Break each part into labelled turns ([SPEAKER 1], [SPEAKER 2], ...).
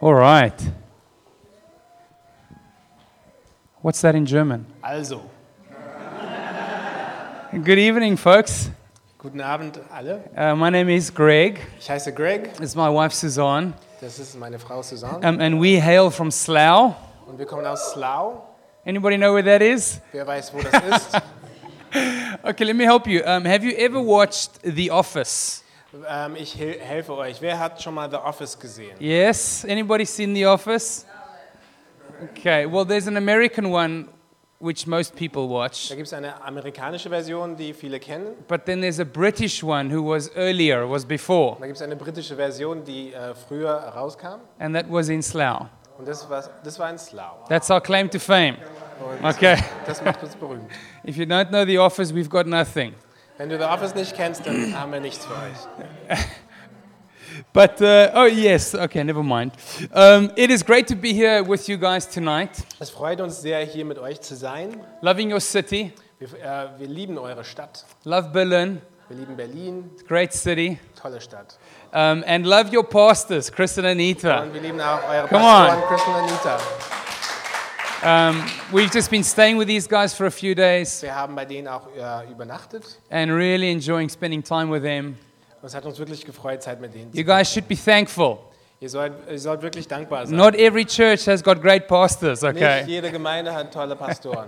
[SPEAKER 1] All right. What's that in German?
[SPEAKER 2] Also,
[SPEAKER 1] Good evening, folks.
[SPEAKER 2] guten Abend alle.
[SPEAKER 1] Uh, my name is Greg.
[SPEAKER 2] Ich heiße Greg,
[SPEAKER 1] It's my wife Suzanne,
[SPEAKER 2] das ist meine Frau Susanne
[SPEAKER 1] um, and we hail from Slough.
[SPEAKER 2] und wir kommen aus Slough.
[SPEAKER 1] Anybody know where that is?
[SPEAKER 2] Wer weiß, wo das ist?
[SPEAKER 1] Okay, let me help you. Um, have you ever watched The Office?
[SPEAKER 2] ähm, ich hel helfe euch. Wer hat schon mal The Office gesehen?
[SPEAKER 1] Yes. Anybody seen The Office? Okay. Well, there's an American one, which most people watch,
[SPEAKER 2] Da gibt es eine amerikanische Version, die viele kennen.
[SPEAKER 1] but then there's a British one who was earlier, was before,
[SPEAKER 2] Da gibt es eine britische Version, die äh, früher rauskam.
[SPEAKER 1] and that was in Slough.
[SPEAKER 2] Und das, war, das war in Slough.
[SPEAKER 1] That's our claim to fame.
[SPEAKER 2] Und
[SPEAKER 1] Okay.
[SPEAKER 2] das macht uns berühmt.
[SPEAKER 1] If you don't know The Office, we've got nothing.
[SPEAKER 2] Wenn du The Office nicht kennst, dann haben wir nichts für euch.
[SPEAKER 1] But uh, oh yes, okay, never mind. Um, it is great to be here with you guys tonight.
[SPEAKER 2] Es freut uns sehr, hier mit euch zu sein.
[SPEAKER 1] Loving your city,
[SPEAKER 2] Wir, äh, wir lieben eure Stadt.
[SPEAKER 1] love Berlin,
[SPEAKER 2] Wir lieben Berlin.
[SPEAKER 1] it's a great city,
[SPEAKER 2] Tolle Stadt.
[SPEAKER 1] um, and love your pastors, Chris and Anita.
[SPEAKER 2] Und wir lieben auch eure
[SPEAKER 1] Come
[SPEAKER 2] Pastoren Chris und Anita.
[SPEAKER 1] Um, we've just been staying with these guys for a few days
[SPEAKER 2] Wir haben bei denen auch äh, übernachtet.
[SPEAKER 1] and really enjoying spending time with them.
[SPEAKER 2] Und es hat uns wirklich gefreut, Zeit mit denen. zu-
[SPEAKER 1] You guys should be thankful.
[SPEAKER 2] Ihr sollt, ihr sollt wirklich dankbar sein.
[SPEAKER 1] Not every church has got great pastors,
[SPEAKER 2] Nicht
[SPEAKER 1] okay?
[SPEAKER 2] jede Gemeinde hat tolle Pastoren.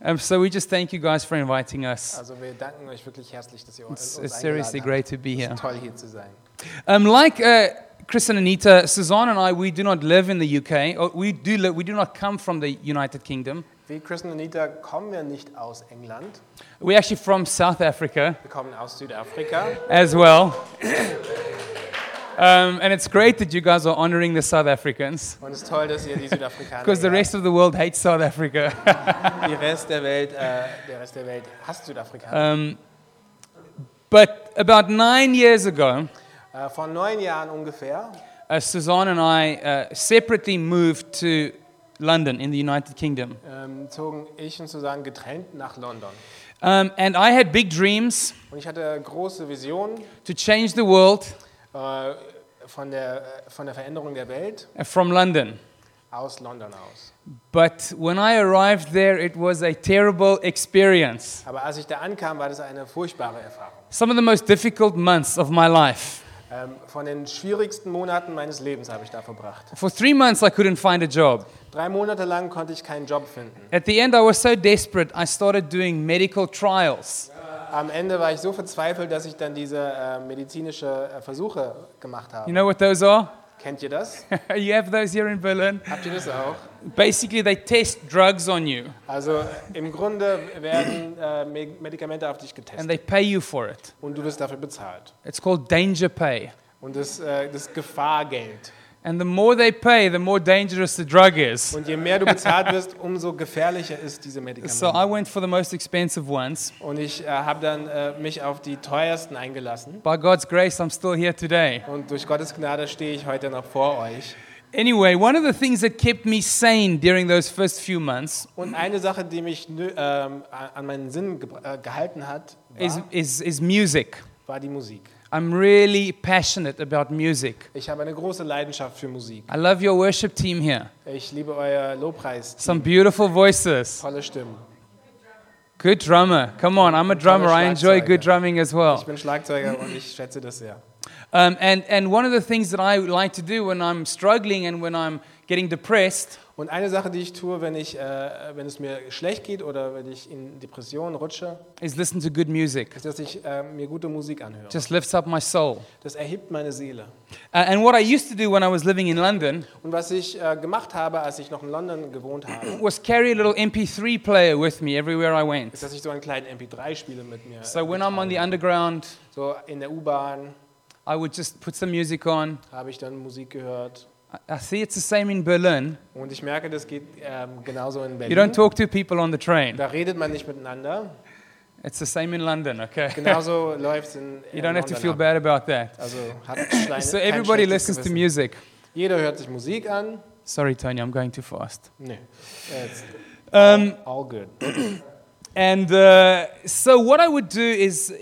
[SPEAKER 1] Um, so we just thank you guys for inviting us.
[SPEAKER 2] Also wir danken euch wirklich herzlich, dass ihr uns,
[SPEAKER 1] It's,
[SPEAKER 2] uns
[SPEAKER 1] it's seriously
[SPEAKER 2] eingeladen
[SPEAKER 1] great to be
[SPEAKER 2] habt.
[SPEAKER 1] here.
[SPEAKER 2] Ist toll hier zu sein.
[SPEAKER 1] Um, like uh, Chris and Anita, Suzanne and I, we do not live in the UK. Or we do li- we do not come from the United Kingdom.
[SPEAKER 2] Wie Chris und Anita kommen wir nicht aus England.
[SPEAKER 1] We're actually from South Africa
[SPEAKER 2] Wir kommen aus Südafrika.
[SPEAKER 1] as well. um, and it's great that you guys are honoring the South Africans
[SPEAKER 2] Und es ist toll, dass ihr die Südafrikaner
[SPEAKER 1] because the
[SPEAKER 2] ehrt.
[SPEAKER 1] rest of the world hates South Africa.
[SPEAKER 2] die Rest der Welt, äh, der Rest der Welt hasst Südafrikaner.
[SPEAKER 1] Um, but about nine years ago,
[SPEAKER 2] Äh, vor neun Jahren ungefähr
[SPEAKER 1] uh, Suzanne and I uh, separately moved to London in the United Kingdom.
[SPEAKER 2] ähm, zogen ich und Susanne getrennt nach London.
[SPEAKER 1] Um, and I had big dreams
[SPEAKER 2] Und ich hatte große Visionen
[SPEAKER 1] to change the world.
[SPEAKER 2] äh, von, der, äh, von der Veränderung der Welt
[SPEAKER 1] uh, from London.
[SPEAKER 2] aus London aus.
[SPEAKER 1] But when I arrived there, it was a terrible experience.
[SPEAKER 2] Aber als ich da ankam, war das eine furchtbare Erfahrung.
[SPEAKER 1] Some of the most difficult months of my life.
[SPEAKER 2] Ähm, von den schwierigsten Monaten meines Lebens habe ich da verbracht.
[SPEAKER 1] For three months, I couldn't find a job.
[SPEAKER 2] Drei Monate lang konnte ich keinen Job finden.
[SPEAKER 1] At the end, I was so desperate, I started doing medical trials.
[SPEAKER 2] Am Ende war ich so verzweifelt, dass ich dann diese äh, medizinische äh, Versuche gemacht habe.
[SPEAKER 1] You know what those are?
[SPEAKER 2] Kennt ihr das?
[SPEAKER 1] you have those here in Berlin.
[SPEAKER 2] Habt ihr das auch?
[SPEAKER 1] Basically, they test drugs on you
[SPEAKER 2] Also im Grunde werden äh, Me- Medikamente auf dich
[SPEAKER 1] and
[SPEAKER 2] getestet
[SPEAKER 1] they pay you for it.
[SPEAKER 2] und du wirst dafür bezahlt.
[SPEAKER 1] It's called danger pay.
[SPEAKER 2] Und das, äh, das Gefahrgeld.
[SPEAKER 1] And the more they pay, the more dangerous the drug is.
[SPEAKER 2] Und je mehr du bezahlt wirst, umso gefährlicher ist diese
[SPEAKER 1] So
[SPEAKER 2] Medikamente.
[SPEAKER 1] I went for the most expensive ones.
[SPEAKER 2] Und ich äh, habe dann äh, mich auf die teuersten eingelassen.
[SPEAKER 1] By God's grace, I'm still here today.
[SPEAKER 2] Und durch Gottes Gnade stehe ich heute noch vor euch.
[SPEAKER 1] Anyway, one of the things that kept me sane during those first few months
[SPEAKER 2] Und eine Sache, die mich nö- ähm, a- an meinen Sinn gebra- äh, gehalten hat,
[SPEAKER 1] is,
[SPEAKER 2] war,
[SPEAKER 1] is, is music.
[SPEAKER 2] war die Musik.
[SPEAKER 1] I'm really passionate about music.
[SPEAKER 2] Ich habe eine große Leidenschaft für Musik.
[SPEAKER 1] I love your worship team here.
[SPEAKER 2] Ich liebe euer Lobpreis.
[SPEAKER 1] Some beautiful voices.
[SPEAKER 2] Tolle Stimmen.
[SPEAKER 1] Good drummer. Come on, I'm a drummer. I enjoy good drumming as
[SPEAKER 2] Ich
[SPEAKER 1] well.
[SPEAKER 2] bin Schlagzeuger und ich schätze das sehr.
[SPEAKER 1] Um, and, and one of the things that I like to do when I'm struggling and when I'm getting depressed
[SPEAKER 2] Und eine Sache, die ich tue, wenn, ich, äh, wenn es mir schlecht geht oder wenn ich in Depressionen rutsche,
[SPEAKER 1] is listen to good music.
[SPEAKER 2] ist, dass ich äh, mir gute Musik anhöre.
[SPEAKER 1] Just lifts up my soul.
[SPEAKER 2] Das erhebt meine Seele.
[SPEAKER 1] Uh, and what I used to do when I was living in London
[SPEAKER 2] Und was ich äh, gemacht habe, als ich noch in London gewohnt habe,
[SPEAKER 1] was carry a little MP3 player with me everywhere I went.
[SPEAKER 2] ist, dass ich so einen kleinen MP3-Spieler mit mir.
[SPEAKER 1] So when I'm on the underground,
[SPEAKER 2] So in der U-Bahn
[SPEAKER 1] I would just put some music on.
[SPEAKER 2] habe ich dann Musik gehört.
[SPEAKER 1] I- I see it's the same in Berlin.
[SPEAKER 2] Und ich merke, das geht ähm, genauso in
[SPEAKER 1] You don't
[SPEAKER 2] Berlin.
[SPEAKER 1] talk to people on the train.
[SPEAKER 2] Da redet man nicht miteinander.
[SPEAKER 1] It's the same in London, okay?
[SPEAKER 2] Genauso läuft es in, in
[SPEAKER 1] You don't have to
[SPEAKER 2] London
[SPEAKER 1] feel
[SPEAKER 2] ab.
[SPEAKER 1] bad about that.
[SPEAKER 2] Also hat kleine,
[SPEAKER 1] So
[SPEAKER 2] kein
[SPEAKER 1] everybody
[SPEAKER 2] schlechtes
[SPEAKER 1] listens to
[SPEAKER 2] Gewissen.
[SPEAKER 1] music.
[SPEAKER 2] Jeder hört sich Musik an.
[SPEAKER 1] Sorry, Tony, I'm going too fast.
[SPEAKER 2] Nee, it's
[SPEAKER 1] Um,
[SPEAKER 2] all good.
[SPEAKER 1] and uh, so what I would do is,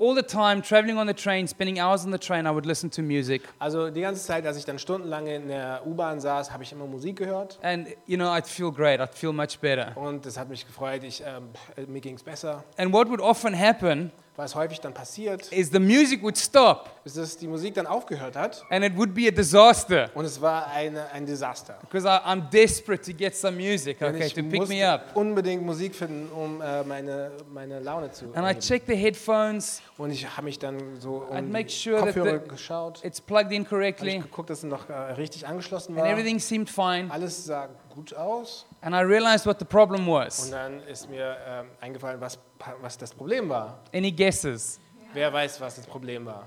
[SPEAKER 1] all the time traveling on the train, spending hours on the train, I would listen to music.
[SPEAKER 2] Also die ganze Zeit, als ich dann stundenlang in der U-Bahn saß, habe ich immer Musik gehört
[SPEAKER 1] And, you know, I'd feel great. I'd feel much better.
[SPEAKER 2] und das hat mich gefreut. Ich, ähm, mir ging es besser.
[SPEAKER 1] And what would often happen
[SPEAKER 2] Was häufig dann passiert,
[SPEAKER 1] is the music would stop
[SPEAKER 2] ist, dass die Musik dann aufgehört hat
[SPEAKER 1] and it would be a disaster
[SPEAKER 2] und es war eine, ein Desaster.
[SPEAKER 1] because I, I'm desperate to get some music,
[SPEAKER 2] Denn
[SPEAKER 1] okay,
[SPEAKER 2] ich
[SPEAKER 1] to pick me
[SPEAKER 2] musste
[SPEAKER 1] up.
[SPEAKER 2] unbedingt Musik finden, um äh, meine, meine Laune zu
[SPEAKER 1] And I
[SPEAKER 2] erheben.
[SPEAKER 1] check the headphones,
[SPEAKER 2] Und ich habe mich dann so
[SPEAKER 1] I'd
[SPEAKER 2] um
[SPEAKER 1] make
[SPEAKER 2] die
[SPEAKER 1] sure that
[SPEAKER 2] Kopfhörer
[SPEAKER 1] the-
[SPEAKER 2] geschaut,
[SPEAKER 1] it's plugged in
[SPEAKER 2] hab ich
[SPEAKER 1] correctly,
[SPEAKER 2] geguckt, dass es noch äh, richtig angeschlossen
[SPEAKER 1] and
[SPEAKER 2] war.
[SPEAKER 1] everything seemed fine.
[SPEAKER 2] Alles sah gut aus.
[SPEAKER 1] And I realized what the problem
[SPEAKER 2] Und
[SPEAKER 1] was.
[SPEAKER 2] dann ist mir ähm, eingefallen, was, pa- was das Problem war.
[SPEAKER 1] Any guesses?
[SPEAKER 2] Wer weiß, was das Problem war?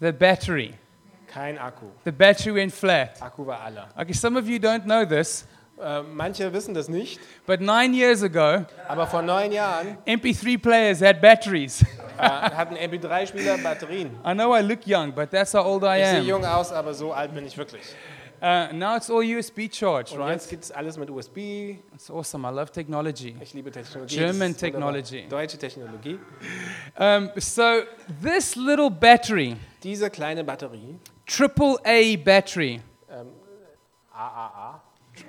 [SPEAKER 1] The battery.
[SPEAKER 2] Kein Akku.
[SPEAKER 1] The battery went flat.
[SPEAKER 2] Akku war alle.
[SPEAKER 1] Okay, some of you don't know this,
[SPEAKER 2] Äh, manche wissen das nicht,
[SPEAKER 1] but nine years ago,
[SPEAKER 2] aber vor neun Jahren
[SPEAKER 1] MP3 players had batteries.
[SPEAKER 2] äh, hatten MP3-Spieler Batterien.
[SPEAKER 1] I know I look young, but that's how old I
[SPEAKER 2] Ich sehe
[SPEAKER 1] am.
[SPEAKER 2] jung aus, aber so alt bin ich wirklich.
[SPEAKER 1] Uh, now it's all USB charged,
[SPEAKER 2] Und
[SPEAKER 1] right?
[SPEAKER 2] jetzt gibt es alles mit USB.
[SPEAKER 1] It's awesome. I love technology.
[SPEAKER 2] Ich liebe Technologie.
[SPEAKER 1] German
[SPEAKER 2] das ist wunderbar.
[SPEAKER 1] technology.
[SPEAKER 2] Deutsche Technologie.
[SPEAKER 1] Um, so this little battery,
[SPEAKER 2] Diese kleine Batterie,
[SPEAKER 1] triple A battery,
[SPEAKER 2] AAA,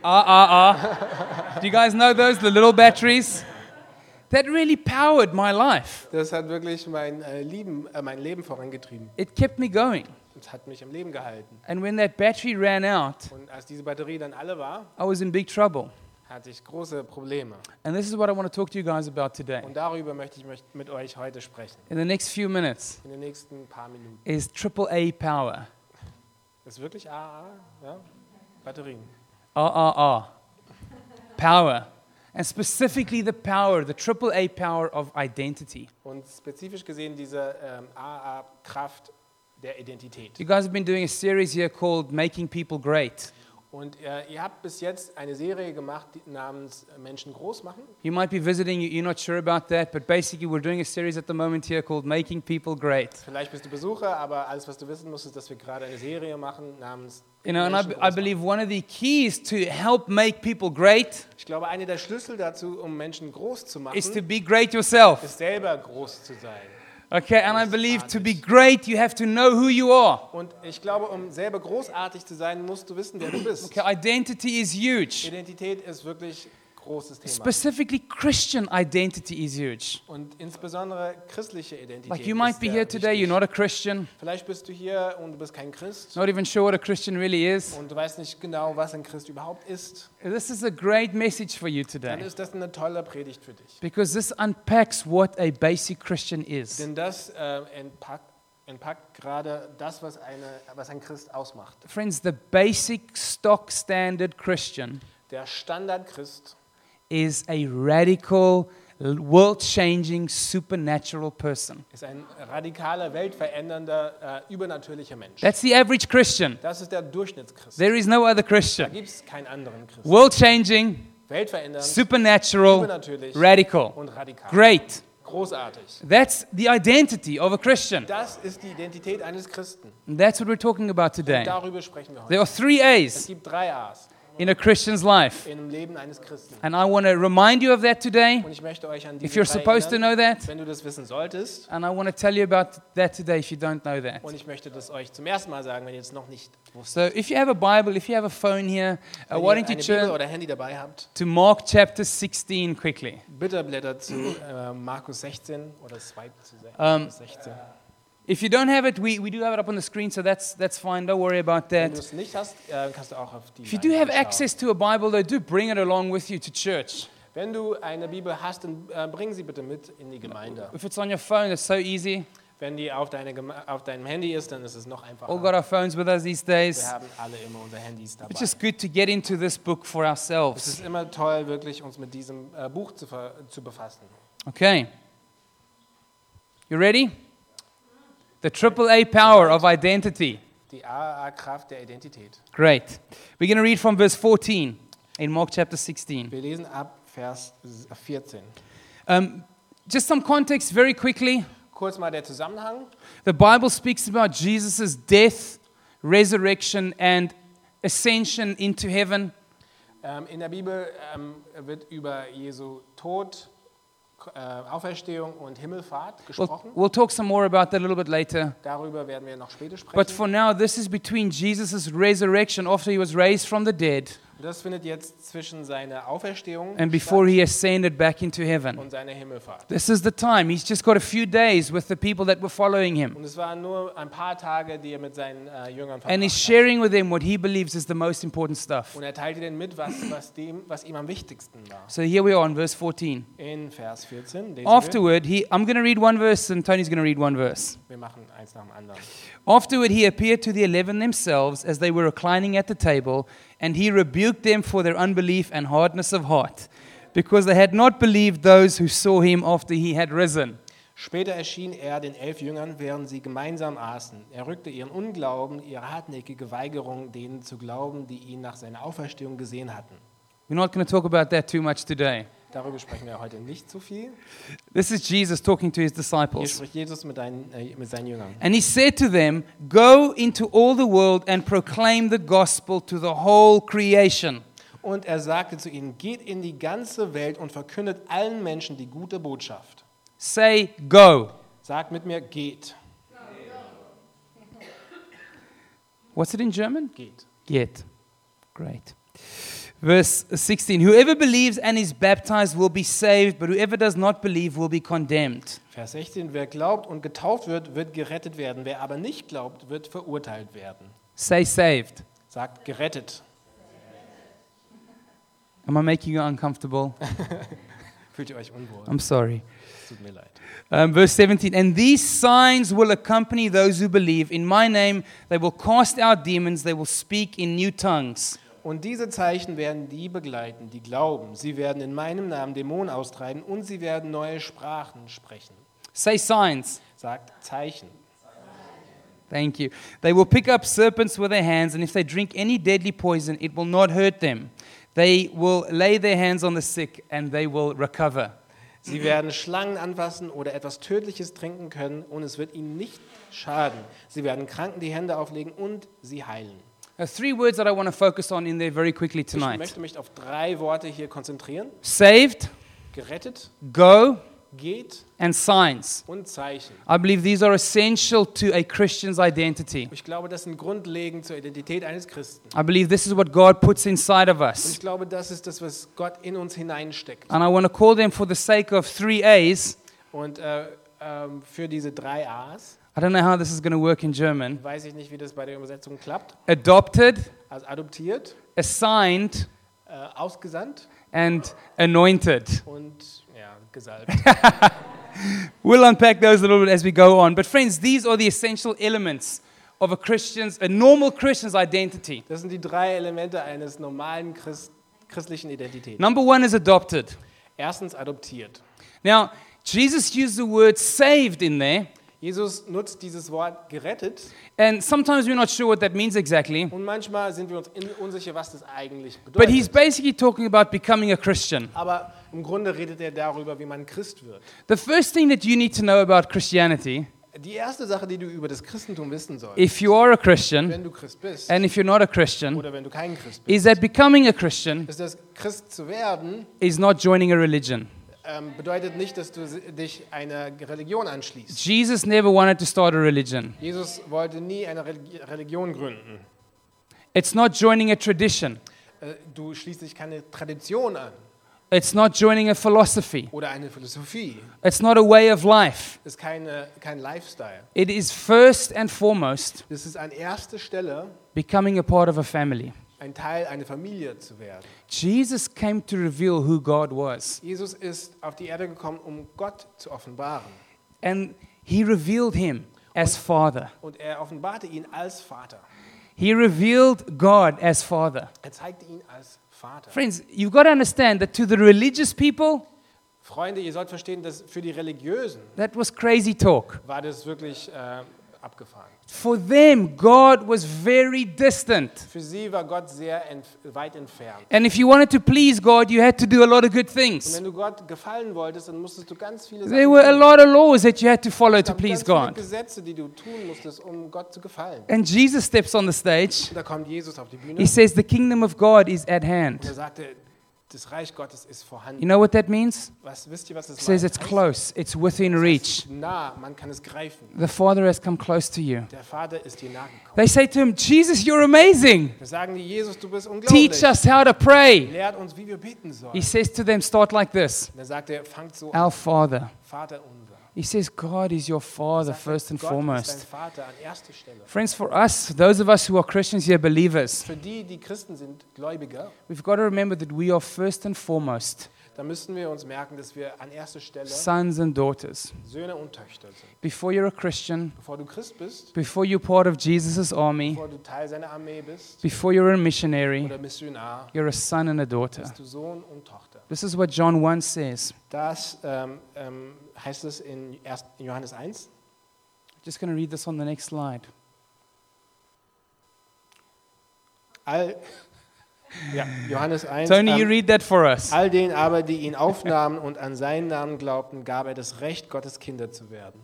[SPEAKER 1] RRR. ah, Do you guys know those, the little batteries? That really powered my life.
[SPEAKER 2] das hat wirklich mein, äh, Leben, äh, mein Leben vorangetrieben.
[SPEAKER 1] It kept me going.
[SPEAKER 2] Es hat mich im Leben gehalten.
[SPEAKER 1] And when that battery ran out,
[SPEAKER 2] Und als diese Batterie dann alle war,
[SPEAKER 1] I was in big trouble.
[SPEAKER 2] hatte ich große Probleme.
[SPEAKER 1] And this is what I want to talk to you guys about today.
[SPEAKER 2] Und darüber möchte ich mich mit euch heute sprechen.
[SPEAKER 1] In the next few minutes
[SPEAKER 2] In den nächsten paar Minuten.
[SPEAKER 1] is triple A power,
[SPEAKER 2] Ist wirklich AAA? Ja? Batterien.
[SPEAKER 1] RRR, Ah, power, and specifically the power, the triple A power of identity.
[SPEAKER 2] Und spezifisch gesehen diese ähm, AA-Kraft der Identität.
[SPEAKER 1] You guys have been doing a series here called Making People Great.
[SPEAKER 2] Und äh, ihr habt bis jetzt eine Serie gemacht die- namens Menschen groß machen.
[SPEAKER 1] You might be visiting, you- you're not sure about that, but basically, we're doing a series at the moment here called Making People Great.
[SPEAKER 2] Vielleicht bist du Besucher, aber alles, was du wissen musst, ist, dass wir gerade eine Serie machen namens
[SPEAKER 1] You know, and I,
[SPEAKER 2] Menschen
[SPEAKER 1] b-
[SPEAKER 2] groß
[SPEAKER 1] I
[SPEAKER 2] machen.
[SPEAKER 1] believe one of the keys to help make people great
[SPEAKER 2] Ich glaube, einer der Schlüssel dazu, um Menschen groß zu machen,
[SPEAKER 1] is to be great yourself.
[SPEAKER 2] ist selber groß zu sein.
[SPEAKER 1] Okay, and I believe to be great, you have to know who you are.
[SPEAKER 2] Und ich glaube, um selber großartig zu sein, musst du wissen, wer du bist.
[SPEAKER 1] Okay, identity is huge.
[SPEAKER 2] Identität ist wirklich großes Thema.
[SPEAKER 1] Specifically, Christian identity is huge.
[SPEAKER 2] Und insbesondere christliche Identität.
[SPEAKER 1] Like, you might
[SPEAKER 2] ist
[SPEAKER 1] be
[SPEAKER 2] sehr
[SPEAKER 1] here today,
[SPEAKER 2] wichtig.
[SPEAKER 1] you're not a Christian,
[SPEAKER 2] Vielleicht bist du hier und du bist kein Christ
[SPEAKER 1] not even sure what a Christian really is.
[SPEAKER 2] und du weißt nicht genau, was ein Christ überhaupt ist.
[SPEAKER 1] This is a great message for you
[SPEAKER 2] Dann
[SPEAKER 1] today
[SPEAKER 2] ist das eine tolle Predigt für dich.
[SPEAKER 1] because this unpacks what a basic Christian is.
[SPEAKER 2] Denn das äh, entpackt, entpackt gerade das, was, eine, was ein Christ ausmacht.
[SPEAKER 1] Friends, the basic stock standard Christian
[SPEAKER 2] Der Standard-Christ
[SPEAKER 1] is a radical, world changing, supernatural person.
[SPEAKER 2] ist ein radikaler, weltverändernder, äh, übernatürlicher Mensch.
[SPEAKER 1] That's the average Christian.
[SPEAKER 2] Das ist der Durchschnittschrist.
[SPEAKER 1] There is no other
[SPEAKER 2] Da
[SPEAKER 1] Christian.
[SPEAKER 2] gibt es keinen anderen Christ.
[SPEAKER 1] World changing,
[SPEAKER 2] Weltverändernd,
[SPEAKER 1] supernatural,
[SPEAKER 2] übernatürlich
[SPEAKER 1] radical,
[SPEAKER 2] und radikal.
[SPEAKER 1] great.
[SPEAKER 2] Großartig.
[SPEAKER 1] That's the identity of a Christian.
[SPEAKER 2] Das ist die Identität eines Christen.
[SPEAKER 1] And that's what we're talking about today.
[SPEAKER 2] Darüber sprechen wir heute.
[SPEAKER 1] There are three
[SPEAKER 2] Es
[SPEAKER 1] A's
[SPEAKER 2] gibt drei A's
[SPEAKER 1] in a Christian's life.
[SPEAKER 2] in dem Leben eines Christen.
[SPEAKER 1] And I want to remind you of that today,
[SPEAKER 2] Und ich möchte euch an
[SPEAKER 1] if
[SPEAKER 2] diese
[SPEAKER 1] you're
[SPEAKER 2] drei
[SPEAKER 1] supposed to
[SPEAKER 2] erinnern,
[SPEAKER 1] know that.
[SPEAKER 2] wenn du das wissen solltest.
[SPEAKER 1] And I want to tell you about that today if you don't know that.
[SPEAKER 2] Und ich möchte das euch zum ersten Mal sagen, wenn ihr es noch nicht wusstet.
[SPEAKER 1] So if you have a Bible, if you have a phone here, uh,
[SPEAKER 2] Wenn
[SPEAKER 1] why don't
[SPEAKER 2] ihr
[SPEAKER 1] you
[SPEAKER 2] eine Bibel
[SPEAKER 1] turn
[SPEAKER 2] oder Handy dabei habt,
[SPEAKER 1] to Mark chapter 16 quickly?
[SPEAKER 2] bitte blättert zu äh, Markus 16 oder 2 zu se-
[SPEAKER 1] Ähm,
[SPEAKER 2] 16.
[SPEAKER 1] If you don't have it, we, we do have it up on the screen, so that's, that's fine. Don't worry about
[SPEAKER 2] Wenn du
[SPEAKER 1] that.
[SPEAKER 2] es nicht hast, äh, kannst du auch auf die
[SPEAKER 1] If you do
[SPEAKER 2] Leinwand
[SPEAKER 1] have
[SPEAKER 2] schauen.
[SPEAKER 1] access to a Bible, though, do bring it along with you to church.
[SPEAKER 2] Wenn du eine Bibel hast, dann äh, bring sie bitte mit in die Gemeinde.
[SPEAKER 1] If it's on your phone, it's so easy.
[SPEAKER 2] Wenn die auf, deine Geme- auf deinem Handy ist, dann ist es noch
[SPEAKER 1] All got
[SPEAKER 2] einfacher.
[SPEAKER 1] our phones with us these
[SPEAKER 2] Wir
[SPEAKER 1] days.
[SPEAKER 2] haben alle immer unsere Handys dabei.
[SPEAKER 1] It's just good to get into this book for
[SPEAKER 2] Es
[SPEAKER 1] ourselves.
[SPEAKER 2] ist immer toll, wirklich uns mit diesem äh, Buch zu, ver- zu befassen.
[SPEAKER 1] Okay. You ready? The triple A power of identity.
[SPEAKER 2] Die AAA-Kraft der Identität.
[SPEAKER 1] Great. We're going to read from verse 14 in Mark chapter 16.
[SPEAKER 2] Wir lesen ab Vers 14.
[SPEAKER 1] Um, just some context very quickly.
[SPEAKER 2] Kurz mal der Zusammenhang.
[SPEAKER 1] The Bible speaks about Jesus' death, resurrection, and ascension into heaven.
[SPEAKER 2] Ähm, in der Bibel ähm, wird über Jesu Tod, äh, Auferstehung und Himmelfahrt
[SPEAKER 1] We'll,
[SPEAKER 2] gesprochen.
[SPEAKER 1] we'll talk some more about that a little bit later.
[SPEAKER 2] Darüber werden wir noch später
[SPEAKER 1] But
[SPEAKER 2] sprechen.
[SPEAKER 1] for now, this is between Jesus' resurrection after he was raised from the dead
[SPEAKER 2] Das findet jetzt zwischen seiner Auferstehung
[SPEAKER 1] and before
[SPEAKER 2] statt
[SPEAKER 1] he ascended back into heaven.
[SPEAKER 2] und seiner Himmelfahrt.
[SPEAKER 1] This is the time. He's just got a few days with the people that were following him.
[SPEAKER 2] Und es waren nur ein paar Tage, die er mit seinen äh, Jüngern
[SPEAKER 1] And he's
[SPEAKER 2] verbracht hat.
[SPEAKER 1] sharing with them what he believes is the most important stuff.
[SPEAKER 2] Und er teilte ihnen mit, was, was, dem, was ihm am wichtigsten war.
[SPEAKER 1] So here we are in verse 14.
[SPEAKER 2] In Vers 14 lesen wir,
[SPEAKER 1] Afterward, he, I'm going to read one verse and Tony's going to read one verse.
[SPEAKER 2] wir machen eins nach dem anderen.
[SPEAKER 1] Afterward, he appeared to the eleven themselves as they were reclining at the table, and he rebuked them for their unbelief and hardness of heart, because they had not believed those who saw him after he had risen.
[SPEAKER 2] Später erschien er den elf Jüngern, während sie gemeinsam aßen. Er rückte ihren Unglauben, ihre hartnäckige Weigerung, denen zu glauben, die ihn nach seiner Auferstehung gesehen hatten.
[SPEAKER 1] We're not going to talk about that too much today.
[SPEAKER 2] Darüber sprechen wir heute nicht zu viel.
[SPEAKER 1] This is Jesus talking to his
[SPEAKER 2] Hier
[SPEAKER 1] disciples.
[SPEAKER 2] spricht Jesus mit, deinen, äh, mit seinen Jüngern.
[SPEAKER 1] And he said to them, Go into all the world and proclaim the gospel to the whole creation.
[SPEAKER 2] Und er sagte zu ihnen, geht in die ganze Welt und verkündet allen Menschen die gute Botschaft.
[SPEAKER 1] Say, Go.
[SPEAKER 2] Sagt mit mir, geht,
[SPEAKER 1] What's it in German?
[SPEAKER 2] geht.
[SPEAKER 1] Yet. Great. Verse 16 Whoever believes and is baptized will be saved, but whoever does not believe will be condemned.
[SPEAKER 2] Vers 16, wer glaubt und getauft wird, wird gerettet werden. Wer aber nicht glaubt, wird verurteilt werden.
[SPEAKER 1] Say saved.
[SPEAKER 2] Sagt gerettet.
[SPEAKER 1] Am I making you uncomfortable?
[SPEAKER 2] Fühlt ihr euch unwohl?
[SPEAKER 1] I'm sorry.
[SPEAKER 2] Es tut mir leid.
[SPEAKER 1] Um, verse 17 And these signs will accompany those who believe. In my name, they will cast out demons, they will speak in new tongues.
[SPEAKER 2] Und diese Zeichen werden die begleiten, die glauben. Sie werden in meinem Namen Dämonen austreiben und sie werden neue Sprachen sprechen.
[SPEAKER 1] Say signs.
[SPEAKER 2] Sagt Zeichen.
[SPEAKER 1] Thank you. They will pick up serpents with their hands, and if they drink any deadly poison, it will not hurt them. They will lay their hands on the sick, and they will recover.
[SPEAKER 2] Sie werden Schlangen anfassen oder etwas Tödliches trinken können und es wird ihnen nicht schaden. Sie werden Kranken die Hände auflegen und sie heilen.
[SPEAKER 1] Now, three words that I want to focus on in there very quickly
[SPEAKER 2] Ich
[SPEAKER 1] tonight
[SPEAKER 2] möchte mich auf drei Worte hier konzentrieren.
[SPEAKER 1] saved,
[SPEAKER 2] Gerettet,
[SPEAKER 1] go,
[SPEAKER 2] geht
[SPEAKER 1] and signs.
[SPEAKER 2] und Zeichen.
[SPEAKER 1] I believe these are essential to a Christian's identity.
[SPEAKER 2] Ich glaube, das sind grundlegend zur Identität eines Christen.
[SPEAKER 1] I believe this is what God puts inside of
[SPEAKER 2] Und
[SPEAKER 1] us.
[SPEAKER 2] ich glaube, das ist das, was Gott in uns hineinsteckt.
[SPEAKER 1] And I want to call them for the sake of three A's.
[SPEAKER 2] Und äh, ähm, für diese drei A's
[SPEAKER 1] I don't know how this is going to work in German.
[SPEAKER 2] weiß ich nicht, wie das bei der Übersetzung klappt.
[SPEAKER 1] Adopted,
[SPEAKER 2] Also adoptiert,
[SPEAKER 1] assigned,
[SPEAKER 2] äh, ausgesandt
[SPEAKER 1] and anointed.
[SPEAKER 2] und ja, gesalbt.
[SPEAKER 1] We'll unpack those a little bit as we go on. But friends, these are the essential elements of a Christian's, a normal Christian's identity.
[SPEAKER 2] Das sind die drei Elemente eines normalen Christ christlichen Identität.
[SPEAKER 1] Number one is adopted.
[SPEAKER 2] Erstens adoptiert.
[SPEAKER 1] Now, Jesus used the word saved in there,
[SPEAKER 2] Jesus nutzt dieses Wort gerettet
[SPEAKER 1] and sometimes we're not sure what that means exactly.
[SPEAKER 2] und manchmal sind wir uns in- unsicher, was das eigentlich
[SPEAKER 1] But he's
[SPEAKER 2] bedeutet.
[SPEAKER 1] basically talking about becoming a Christian.
[SPEAKER 2] Aber im Grunde redet er darüber, wie man Christ wird.
[SPEAKER 1] The first thing that you need to know about Christianity,
[SPEAKER 2] Die erste Sache, die du über das Christentum wissen sollst,
[SPEAKER 1] if you are a Christian
[SPEAKER 2] wenn du Christ bist
[SPEAKER 1] and if you're not a Christian,
[SPEAKER 2] oder wenn du kein Christ bist,
[SPEAKER 1] is that becoming a Christian
[SPEAKER 2] ist, dass Christ zu werden
[SPEAKER 1] is not joining a religion.
[SPEAKER 2] ähm, bedeutet nicht, dass du si- dich einer Religion anschließt.
[SPEAKER 1] Jesus never wanted to start a religion,
[SPEAKER 2] Jesus wollte nie eine Religi- Religion gründen.
[SPEAKER 1] it's not joining a tradition.
[SPEAKER 2] Äh, Du schließt dich keine Tradition an.
[SPEAKER 1] It's not joining a philosophy.
[SPEAKER 2] oder eine Philosophie.
[SPEAKER 1] It's not a way of life.
[SPEAKER 2] Das ist keine, kein Lifestyle.
[SPEAKER 1] It is first and foremost
[SPEAKER 2] Das ist an erster Stelle
[SPEAKER 1] becoming a part of a family.
[SPEAKER 2] ein Teil einer Familie zu werden.
[SPEAKER 1] Jesus came to reveal who God was,
[SPEAKER 2] Jesus ist auf die Erde gekommen, um Gott zu offenbaren.
[SPEAKER 1] and he revealed him as Father.
[SPEAKER 2] Und er offenbarte ihn als Vater.
[SPEAKER 1] He revealed God as Father.
[SPEAKER 2] Er zeigte ihn als Vater.
[SPEAKER 1] Friends, you've got to understand that to the religious people,
[SPEAKER 2] Freunde, ihr sollt verstehen, dass für die Religiösen
[SPEAKER 1] that was crazy talk.
[SPEAKER 2] war das wirklich äh, abgefahren.
[SPEAKER 1] For them, God was very distant.
[SPEAKER 2] Für sie war Gott sehr entf weit entfernt.
[SPEAKER 1] And if you wanted to please God, you had to do a lot of good
[SPEAKER 2] Und
[SPEAKER 1] things.
[SPEAKER 2] wenn du Gott gefallen wolltest, dann musstest du ganz viele
[SPEAKER 1] There were a
[SPEAKER 2] tun.
[SPEAKER 1] lot of laws that you had to follow
[SPEAKER 2] Es
[SPEAKER 1] to
[SPEAKER 2] gab
[SPEAKER 1] please
[SPEAKER 2] ganz viele
[SPEAKER 1] God.
[SPEAKER 2] Gesetze, die du tun musstest, um Gott zu gefallen.
[SPEAKER 1] And Jesus steps on the stage.
[SPEAKER 2] Und da kommt Jesus auf die Bühne
[SPEAKER 1] He says, The kingdom of God is at
[SPEAKER 2] und er
[SPEAKER 1] hand.
[SPEAKER 2] sagte, Das Reich Gottes ist
[SPEAKER 1] You
[SPEAKER 2] vorhanden.
[SPEAKER 1] know what that means?
[SPEAKER 2] Was, wisst ihr, was das
[SPEAKER 1] It says it's
[SPEAKER 2] meint?
[SPEAKER 1] close, it's within
[SPEAKER 2] Es
[SPEAKER 1] reach.
[SPEAKER 2] ist nah, man kann es greifen.
[SPEAKER 1] The Father has come close to you.
[SPEAKER 2] Der Vater ist dir nahe gekommen.
[SPEAKER 1] They say to him, Jesus, you're amazing.
[SPEAKER 2] Wir sagen dir, Jesus, du bist unglaublich.
[SPEAKER 1] Teach us how to pray.
[SPEAKER 2] Lehrt uns, wie wir beten
[SPEAKER 1] He
[SPEAKER 2] sollen.
[SPEAKER 1] says to them, start like this
[SPEAKER 2] Dann sagt er, fangt so an,
[SPEAKER 1] Our Father.
[SPEAKER 2] Vater unser.
[SPEAKER 1] He says, God is your Father
[SPEAKER 2] Sagt er,
[SPEAKER 1] first and
[SPEAKER 2] Gott ist
[SPEAKER 1] foremost.
[SPEAKER 2] dein Vater an erster Stelle.
[SPEAKER 1] Friends, for us, those of us who are Christians here, believers,
[SPEAKER 2] Für die, die Christen sind, Gläubige,
[SPEAKER 1] we've got to remember that we are first and foremost
[SPEAKER 2] da müssen wir uns merken, dass wir an erster Stelle
[SPEAKER 1] sons and daughters.
[SPEAKER 2] Söhne und Töchter sind.
[SPEAKER 1] Before you're a Christian,
[SPEAKER 2] Bevor du Christ bist,
[SPEAKER 1] before you're part of Jesus' army,
[SPEAKER 2] bevor du Teil seiner Armee bist
[SPEAKER 1] before you're a missionary,
[SPEAKER 2] oder Missionar,
[SPEAKER 1] you're a son and a daughter.
[SPEAKER 2] bist du Sohn und Tochter.
[SPEAKER 1] This is what John 1 says.
[SPEAKER 2] Das ähm, ähm, heißt es in, erst, in Johannes 1.
[SPEAKER 1] Just going to read this on the next slide.
[SPEAKER 2] All, ja, Johannes 1.
[SPEAKER 1] Tony,
[SPEAKER 2] ähm,
[SPEAKER 1] you read that for us.
[SPEAKER 2] All denen aber, die ihn aufnahmen und an seinen Namen glaubten, gab er das Recht, Gottes Kinder zu werden.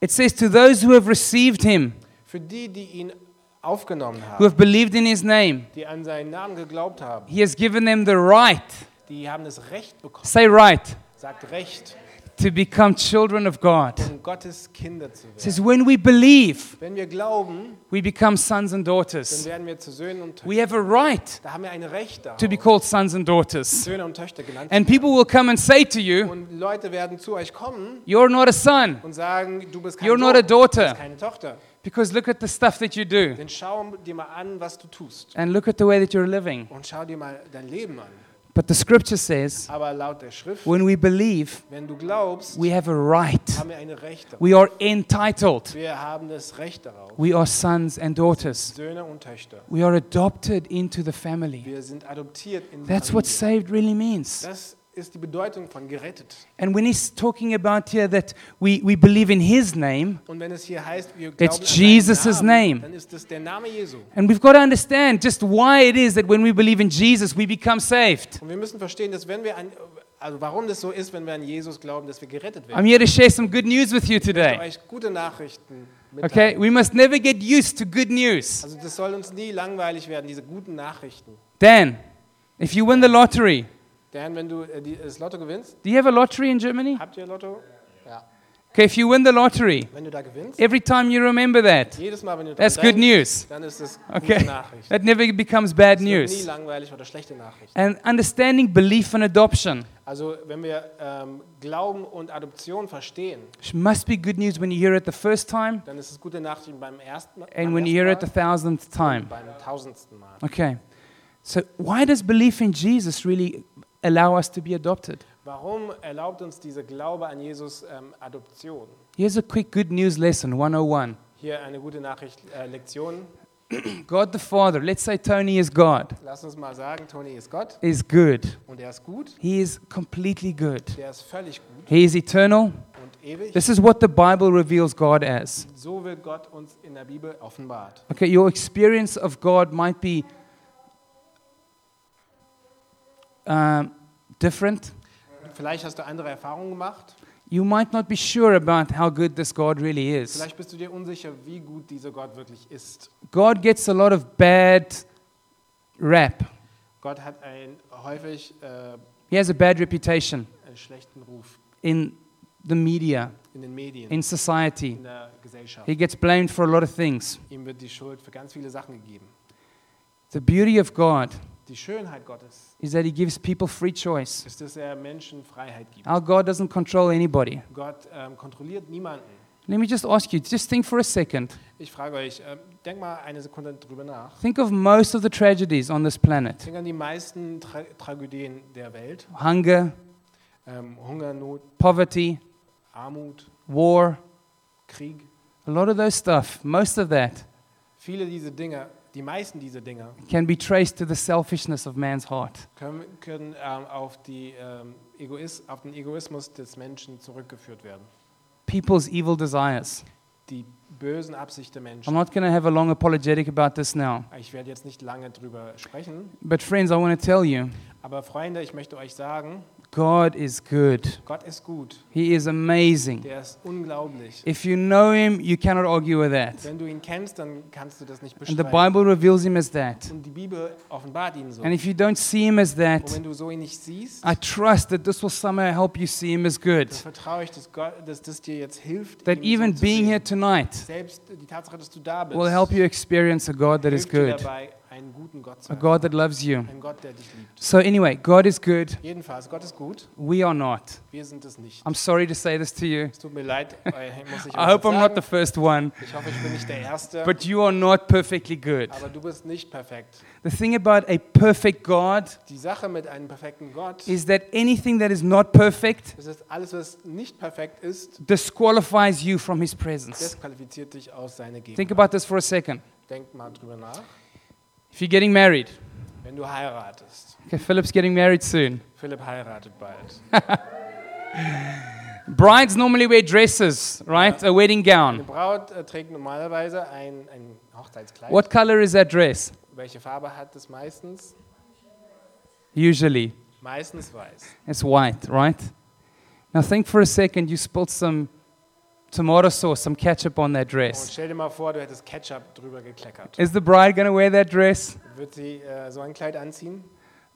[SPEAKER 1] It says, To those who have received him,
[SPEAKER 2] Für die, die ihn aufgenommen
[SPEAKER 1] who
[SPEAKER 2] haben,
[SPEAKER 1] have believed in his name,
[SPEAKER 2] die an seinen Namen geglaubt haben,
[SPEAKER 1] he has given them the right,
[SPEAKER 2] die haben das Recht bekommen,
[SPEAKER 1] say right,
[SPEAKER 2] sagt Recht,
[SPEAKER 1] to become children of God. It
[SPEAKER 2] um Gottes Kinder zu werden.
[SPEAKER 1] says, When we believe,
[SPEAKER 2] Wenn wir glauben,
[SPEAKER 1] we become sons and
[SPEAKER 2] dann
[SPEAKER 1] daughters.
[SPEAKER 2] werden wir zu Söhnen und Töchtern.
[SPEAKER 1] We have a right
[SPEAKER 2] Da haben wir ein Recht darauf,
[SPEAKER 1] to be called sons and daughters.
[SPEAKER 2] Söhne und Töchter genannt.
[SPEAKER 1] And people will come and say to
[SPEAKER 2] zu
[SPEAKER 1] you,
[SPEAKER 2] werden. Und Leute werden zu euch kommen
[SPEAKER 1] You're not a son,
[SPEAKER 2] und sagen, du bist kein
[SPEAKER 1] you're
[SPEAKER 2] Sohn,
[SPEAKER 1] not a
[SPEAKER 2] du
[SPEAKER 1] daughter,
[SPEAKER 2] bist keine Tochter.
[SPEAKER 1] because look at the stuff that you do,
[SPEAKER 2] Dann schau dir mal an, was du tust.
[SPEAKER 1] and look at the way that you're living.
[SPEAKER 2] Und schau dir mal dein Leben an.
[SPEAKER 1] But the scripture says,
[SPEAKER 2] Aber laut der Schrift,
[SPEAKER 1] When we believe,
[SPEAKER 2] wenn du glaubst,
[SPEAKER 1] we have a right.
[SPEAKER 2] haben wir ein Recht darauf.
[SPEAKER 1] We are entitled.
[SPEAKER 2] Wir haben das Recht darauf.
[SPEAKER 1] We are sons and daughters.
[SPEAKER 2] Söhne und Töchter.
[SPEAKER 1] We are adopted into the family.
[SPEAKER 2] Wir sind adoptiert in die
[SPEAKER 1] That's what
[SPEAKER 2] Familie.
[SPEAKER 1] saved really means.
[SPEAKER 2] Das ist die Bedeutung von gerettet.
[SPEAKER 1] And when he's talking about here that we, we believe in his name,
[SPEAKER 2] Und wenn es hier heißt, wir
[SPEAKER 1] It's
[SPEAKER 2] glauben an seinen
[SPEAKER 1] Jesus'
[SPEAKER 2] Namen,
[SPEAKER 1] name.
[SPEAKER 2] dann ist es der Name Jesu.
[SPEAKER 1] and we've got to understand just why it is that when we believe in Jesus, we become saved.
[SPEAKER 2] Und wir müssen verstehen, dass wenn wir an, also warum das so ist, wenn wir an Jesus glauben, dass wir gerettet werden.
[SPEAKER 1] I'm here to share some good news with you
[SPEAKER 2] Ich möchte
[SPEAKER 1] today.
[SPEAKER 2] euch gute Nachrichten
[SPEAKER 1] Okay,
[SPEAKER 2] mitteilen.
[SPEAKER 1] we must never get used to good news.
[SPEAKER 2] Also das soll uns nie langweilig werden, diese guten Nachrichten.
[SPEAKER 1] Dan, if you win the lottery,
[SPEAKER 2] Denn wenn du äh, die, das Lotto gewinnst,
[SPEAKER 1] do you have a lottery in Germany?
[SPEAKER 2] habt ihr Lotto? Ja.
[SPEAKER 1] Okay, if you win the lottery,
[SPEAKER 2] Wenn du da gewinnst,
[SPEAKER 1] every time you remember that,
[SPEAKER 2] jedes Mal, wenn du dran
[SPEAKER 1] that's good
[SPEAKER 2] denkst,
[SPEAKER 1] news.
[SPEAKER 2] dann ist es gute
[SPEAKER 1] Okay,
[SPEAKER 2] Nachricht.
[SPEAKER 1] that never becomes bad
[SPEAKER 2] Es wird nie
[SPEAKER 1] news.
[SPEAKER 2] langweilig oder schlechte Nachricht.
[SPEAKER 1] And understanding belief and adoption
[SPEAKER 2] Also wenn wir ähm, Glauben und Adoption verstehen,
[SPEAKER 1] which must be good news when you hear it the first time
[SPEAKER 2] dann ist es gute Nachrichten beim ersten,
[SPEAKER 1] and
[SPEAKER 2] beim
[SPEAKER 1] when you hear it
[SPEAKER 2] ersten
[SPEAKER 1] the
[SPEAKER 2] Mal,
[SPEAKER 1] thousandth time.
[SPEAKER 2] beim tausendsten Mal.
[SPEAKER 1] Okay. So, why does belief in Jesus really allow us to be adopted?
[SPEAKER 2] Warum erlaubt uns dieser Glaube an Jesus ähm, Adoption?
[SPEAKER 1] Here's a quick good news lesson 101.
[SPEAKER 2] Hier eine gute Nachricht, äh, Lektion.
[SPEAKER 1] God the Father, let's say Tony is God,
[SPEAKER 2] Lass uns mal sagen, Tony ist Gott
[SPEAKER 1] is good.
[SPEAKER 2] und er ist gut,
[SPEAKER 1] He is completely good.
[SPEAKER 2] der ist völlig gut
[SPEAKER 1] He is eternal.
[SPEAKER 2] und ewig.
[SPEAKER 1] This is what the Bible reveals God as.
[SPEAKER 2] So wird Gott uns in der Bibel offenbart.
[SPEAKER 1] Okay, your experience of God might be um, different.
[SPEAKER 2] Vielleicht hast du andere Erfahrungen gemacht.
[SPEAKER 1] You might not be sure about how good this God really is.
[SPEAKER 2] Vielleicht bist du dir unsicher, wie gut dieser Gott wirklich ist.
[SPEAKER 1] God gets a lot of bad rap.
[SPEAKER 2] Gott hat ein, häufig äh,
[SPEAKER 1] He has a bad reputation
[SPEAKER 2] einen schlechten Ruf
[SPEAKER 1] in the media,
[SPEAKER 2] in den Medien,
[SPEAKER 1] in society.
[SPEAKER 2] in der Gesellschaft.
[SPEAKER 1] He gets blamed for a lot of things.
[SPEAKER 2] Ihm wird die Schuld für ganz viele Sachen gegeben.
[SPEAKER 1] The beauty of God
[SPEAKER 2] Die Schönheit Gottes
[SPEAKER 1] is that He gives people free choice.
[SPEAKER 2] ist, dass er Menschen Freiheit gibt.
[SPEAKER 1] Our God doesn't control anybody.
[SPEAKER 2] Gott ähm, kontrolliert niemanden.
[SPEAKER 1] Let me just ask you, just think for a second.
[SPEAKER 2] Ich frage euch, ähm, denk mal eine Sekunde drüber nach.
[SPEAKER 1] Think of most of the tragedies on this planet.
[SPEAKER 2] Denk an die meisten Tra Tragödien der Welt.
[SPEAKER 1] hunger,
[SPEAKER 2] Ähm, Hunger, Not,
[SPEAKER 1] poverty,
[SPEAKER 2] Armut,
[SPEAKER 1] war,
[SPEAKER 2] Krieg.
[SPEAKER 1] a lot of those stuff, most of that
[SPEAKER 2] Viele dieser Dinge, die meisten dieser Dinge,
[SPEAKER 1] can be traced to the selfishness of man's heart.
[SPEAKER 2] können, können ähm, auf, die, ähm, Egois auf den Egoismus des Menschen zurückgeführt werden.
[SPEAKER 1] People's evil desires.
[SPEAKER 2] Die bösen Absichten der
[SPEAKER 1] I'm
[SPEAKER 2] Menschen.
[SPEAKER 1] not going to have a long apologetic about this now.
[SPEAKER 2] Ich werde jetzt nicht lange drüber sprechen,
[SPEAKER 1] But, friends, I want to tell you
[SPEAKER 2] aber Freunde, ich möchte euch sagen,
[SPEAKER 1] God is good.
[SPEAKER 2] Gott ist gut.
[SPEAKER 1] He is amazing.
[SPEAKER 2] Der ist unglaublich.
[SPEAKER 1] If you know him, you cannot argue with that.
[SPEAKER 2] Wenn du ihn kennst, dann kannst du das nicht
[SPEAKER 1] And the
[SPEAKER 2] bestreiten.
[SPEAKER 1] Bible reveals him as that.
[SPEAKER 2] Und die Bibel offenbart ihn so.
[SPEAKER 1] And if you don't see him as
[SPEAKER 2] Und
[SPEAKER 1] that,
[SPEAKER 2] wenn du so ihn nicht siehst,
[SPEAKER 1] I trust that this will somehow help you see him as good.
[SPEAKER 2] dann vertraue ich, dass, Gott, dass das dir jetzt hilft,
[SPEAKER 1] That
[SPEAKER 2] ihn
[SPEAKER 1] even
[SPEAKER 2] so zu
[SPEAKER 1] being
[SPEAKER 2] sehen.
[SPEAKER 1] here tonight
[SPEAKER 2] Selbst die Tatsache, dass du da bist,
[SPEAKER 1] will help you experience a God that is
[SPEAKER 2] hilft dir
[SPEAKER 1] good,
[SPEAKER 2] dabei, einen guten Gott zu
[SPEAKER 1] a
[SPEAKER 2] haben.
[SPEAKER 1] God that loves you.
[SPEAKER 2] Ein Gott, der dich liebt.
[SPEAKER 1] So, anyway, God is good.
[SPEAKER 2] Jedenfalls, Gott ist gut.
[SPEAKER 1] We are not.
[SPEAKER 2] Wir sind es nicht.
[SPEAKER 1] I'm sorry to say this to you.
[SPEAKER 2] Es tut mir leid, äh, muss ich
[SPEAKER 1] I
[SPEAKER 2] euch
[SPEAKER 1] hope I'm not
[SPEAKER 2] sagen.
[SPEAKER 1] the first one,
[SPEAKER 2] Ich hoffe, ich bin nicht der Erste.
[SPEAKER 1] but you are not perfectly good.
[SPEAKER 2] Aber du bist nicht perfekt.
[SPEAKER 1] The thing about a perfect God
[SPEAKER 2] Die Sache mit einem perfekten Gott
[SPEAKER 1] is that anything that is not perfect
[SPEAKER 2] Das ist alles, was nicht perfekt ist,
[SPEAKER 1] disqualifies you from his presence.
[SPEAKER 2] disqualifiziert dich aus seiner
[SPEAKER 1] Think
[SPEAKER 2] Gegenwart.
[SPEAKER 1] about this for a second.
[SPEAKER 2] Denk mal drüber nach.
[SPEAKER 1] If you're getting married,
[SPEAKER 2] Wenn du heiratest,
[SPEAKER 1] okay, Philip's getting married soon.
[SPEAKER 2] Philipp heiratet bald.
[SPEAKER 1] Brides normally wear dresses, right? A wedding
[SPEAKER 2] Eine
[SPEAKER 1] gown.
[SPEAKER 2] Braut äh, trägt normalerweise ein, ein Hochzeitskleid.
[SPEAKER 1] What color is that dress?
[SPEAKER 2] Welche Farbe hat es meistens?
[SPEAKER 1] Usually,
[SPEAKER 2] Meistens weiß.
[SPEAKER 1] it's white, right? Now think for a second you spilled some tomato sauce, some ketchup on that
[SPEAKER 2] Und
[SPEAKER 1] dress.
[SPEAKER 2] stell dir mal vor, du hättest Ketchup drüber gekleckert.
[SPEAKER 1] Is the bride going to wear that dress?
[SPEAKER 2] Wird sie äh, so ein Kleid anziehen?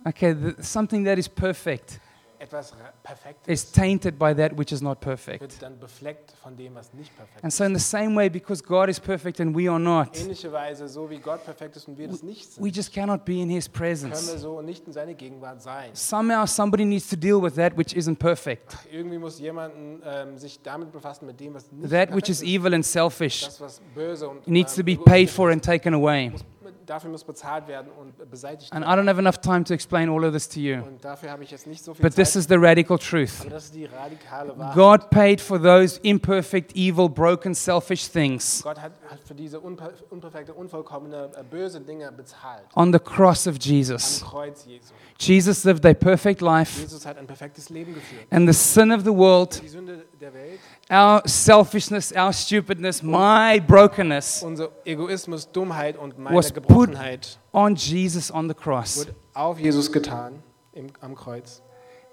[SPEAKER 1] Okay, th- something that is perfect
[SPEAKER 2] Etwas ra- Perfektes
[SPEAKER 1] is tainted by that which is not perfect.
[SPEAKER 2] wird dann befleckt von dem, was nicht perfekt
[SPEAKER 1] And
[SPEAKER 2] ist.
[SPEAKER 1] so, in the same way, because God is perfect and we are not,
[SPEAKER 2] Ähnliche Weise, so wie Gott perfekt ist und wir das nicht
[SPEAKER 1] we
[SPEAKER 2] sind,
[SPEAKER 1] just cannot be in His
[SPEAKER 2] können
[SPEAKER 1] presence.
[SPEAKER 2] wir so nicht in seine Gegenwart sein.
[SPEAKER 1] Somehow, somebody needs to deal with that which isn't perfect,
[SPEAKER 2] Irgendwie muss jemanden ähm, sich damit befassen, mit dem, was nicht
[SPEAKER 1] that
[SPEAKER 2] perfekt
[SPEAKER 1] which is evil and selfish.
[SPEAKER 2] das, was böse und
[SPEAKER 1] It needs
[SPEAKER 2] ähm,
[SPEAKER 1] to be
[SPEAKER 2] egoistisch
[SPEAKER 1] paid
[SPEAKER 2] ist.
[SPEAKER 1] for and taken away.
[SPEAKER 2] Muss, dafür muss bezahlt werden und beseitigt
[SPEAKER 1] And
[SPEAKER 2] werden.
[SPEAKER 1] I don't have enough time to explain all of this to you,
[SPEAKER 2] Und dafür habe ich jetzt nicht so viel
[SPEAKER 1] but this
[SPEAKER 2] Zeit.
[SPEAKER 1] is the radical truth.
[SPEAKER 2] Aber das ist die radikale Wahrheit.
[SPEAKER 1] God paid for those imperfect, evil, broken, selfish things
[SPEAKER 2] Gott hat, hat für diese unper unperfekte, unvollkommene, äh, böse Dinge bezahlt.
[SPEAKER 1] on the cross of
[SPEAKER 2] Am
[SPEAKER 1] Jesus.
[SPEAKER 2] Kreuz Jesu.
[SPEAKER 1] Jesus lived a perfect life,
[SPEAKER 2] Jesus hat ein perfektes Leben geführt.
[SPEAKER 1] and the sin of the world,
[SPEAKER 2] Die Sünde der Welt,
[SPEAKER 1] our selfishness, our stupidness, my brokenness,
[SPEAKER 2] unser Egoismus, Dummheit und meine
[SPEAKER 1] Was put-
[SPEAKER 2] Gebrochenheit
[SPEAKER 1] on Jesus on the cross.
[SPEAKER 2] wurde auf Jesus getan im, am Kreuz.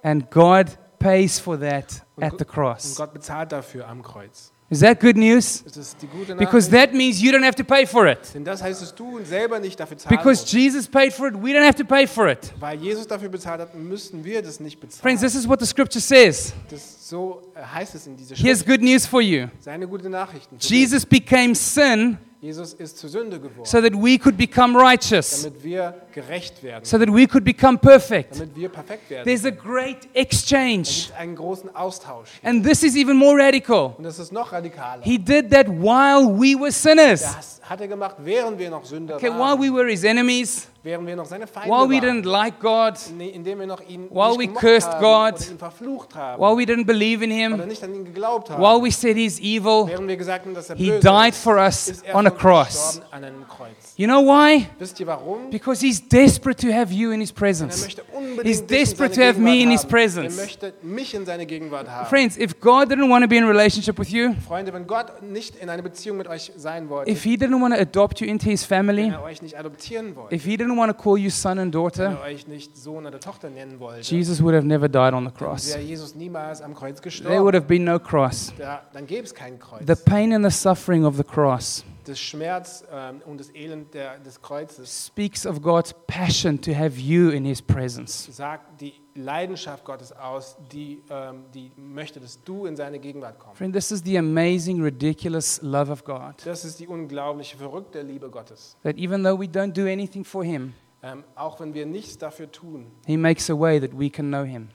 [SPEAKER 1] And God pays for that at the
[SPEAKER 2] Und
[SPEAKER 1] cross.
[SPEAKER 2] Gott bezahlt dafür am Kreuz.
[SPEAKER 1] Is that good news?
[SPEAKER 2] Das ist die gute Nachricht.
[SPEAKER 1] Because that means you don't have to pay for it.
[SPEAKER 2] Denn das heißt, dass du selber nicht dafür zahlen
[SPEAKER 1] Because
[SPEAKER 2] musst.
[SPEAKER 1] Jesus paid for it, we don't have to pay for it.
[SPEAKER 2] Weil Jesus dafür bezahlt hat, müssen wir das nicht bezahlen.
[SPEAKER 1] Friends, this is what the scripture says.
[SPEAKER 2] das so äh, heißt es in dieser
[SPEAKER 1] Here's
[SPEAKER 2] Schrift.
[SPEAKER 1] good news for you
[SPEAKER 2] Seine gute Nachrichten. für dich.
[SPEAKER 1] Jesus became sin
[SPEAKER 2] Jesus ist zur Sünde geworden,
[SPEAKER 1] so that we could become righteous,
[SPEAKER 2] damit wir gerecht werden,
[SPEAKER 1] so that we could become perfect.
[SPEAKER 2] damit wir perfekt werden.
[SPEAKER 1] There's a great exchange.
[SPEAKER 2] gibt einen großen Austausch.
[SPEAKER 1] And this is even more radical.
[SPEAKER 2] Und das ist noch radikaler.
[SPEAKER 1] He did that while we were sinners.
[SPEAKER 2] Das hat er gemacht, während wir noch Sünder
[SPEAKER 1] Okay, while
[SPEAKER 2] waren,
[SPEAKER 1] we were his enemies,
[SPEAKER 2] während wir noch seine Feinde
[SPEAKER 1] while we
[SPEAKER 2] waren,
[SPEAKER 1] didn't like God,
[SPEAKER 2] ne- indem wir noch ihn
[SPEAKER 1] While
[SPEAKER 2] nicht
[SPEAKER 1] we
[SPEAKER 2] gemocht
[SPEAKER 1] cursed
[SPEAKER 2] haben
[SPEAKER 1] God.
[SPEAKER 2] oder ihn verflucht haben
[SPEAKER 1] while we didn't believe in
[SPEAKER 2] oder
[SPEAKER 1] him,
[SPEAKER 2] nicht an ihn geglaubt haben,
[SPEAKER 1] while we said he's evil,
[SPEAKER 2] während wir gesagt haben, dass er
[SPEAKER 1] he
[SPEAKER 2] böse
[SPEAKER 1] died
[SPEAKER 2] ist,
[SPEAKER 1] for us
[SPEAKER 2] ist er
[SPEAKER 1] on a
[SPEAKER 2] für uns
[SPEAKER 1] cross.
[SPEAKER 2] gestorben an einem Kreuz.
[SPEAKER 1] You know why?
[SPEAKER 2] Wisst ihr warum?
[SPEAKER 1] Because he's desperate to have you in his
[SPEAKER 2] Er
[SPEAKER 1] presence.
[SPEAKER 2] möchte unbedingt
[SPEAKER 1] He's
[SPEAKER 2] dich in seine
[SPEAKER 1] desperate to have me in his
[SPEAKER 2] Gegenwart haben.
[SPEAKER 1] presence.
[SPEAKER 2] Er möchte mich in seine Gegenwart haben.
[SPEAKER 1] Friends, if God didn't want to be in a relationship with you,
[SPEAKER 2] Freunde, wenn Gott nicht in eine Beziehung mit euch sein wollte,
[SPEAKER 1] if he didn't want to adopt you into his family,
[SPEAKER 2] wenn er euch nicht adoptieren wollte,
[SPEAKER 1] if he didn't want to call you son and
[SPEAKER 2] wenn
[SPEAKER 1] daughter,
[SPEAKER 2] er euch nicht Sohn oder Tochter nennen wollte,
[SPEAKER 1] Jesus would have never died on the
[SPEAKER 2] wäre
[SPEAKER 1] cross.
[SPEAKER 2] Jesus niemals am Kreuz
[SPEAKER 1] There would
[SPEAKER 2] gestorben.
[SPEAKER 1] have been no cross.
[SPEAKER 2] Da, dann gäbe es kein Kreuz.
[SPEAKER 1] The pain and the suffering of the cross
[SPEAKER 2] das Schmerz ähm, und das Elend der, des Kreuzes
[SPEAKER 1] speaks of God's passion to have you in his presence.
[SPEAKER 2] sagt die Leidenschaft Gottes aus, die, ähm, die möchte, dass du in seine Gegenwart kommst.
[SPEAKER 1] Friend, this is the amazing, ridiculous love of God.
[SPEAKER 2] Das ist die unglaubliche, verrückte Liebe Gottes.
[SPEAKER 1] That even though we don't do anything for him,
[SPEAKER 2] Ähm, auch wenn wir nichts dafür tun,
[SPEAKER 1] he makes a way that we can know him,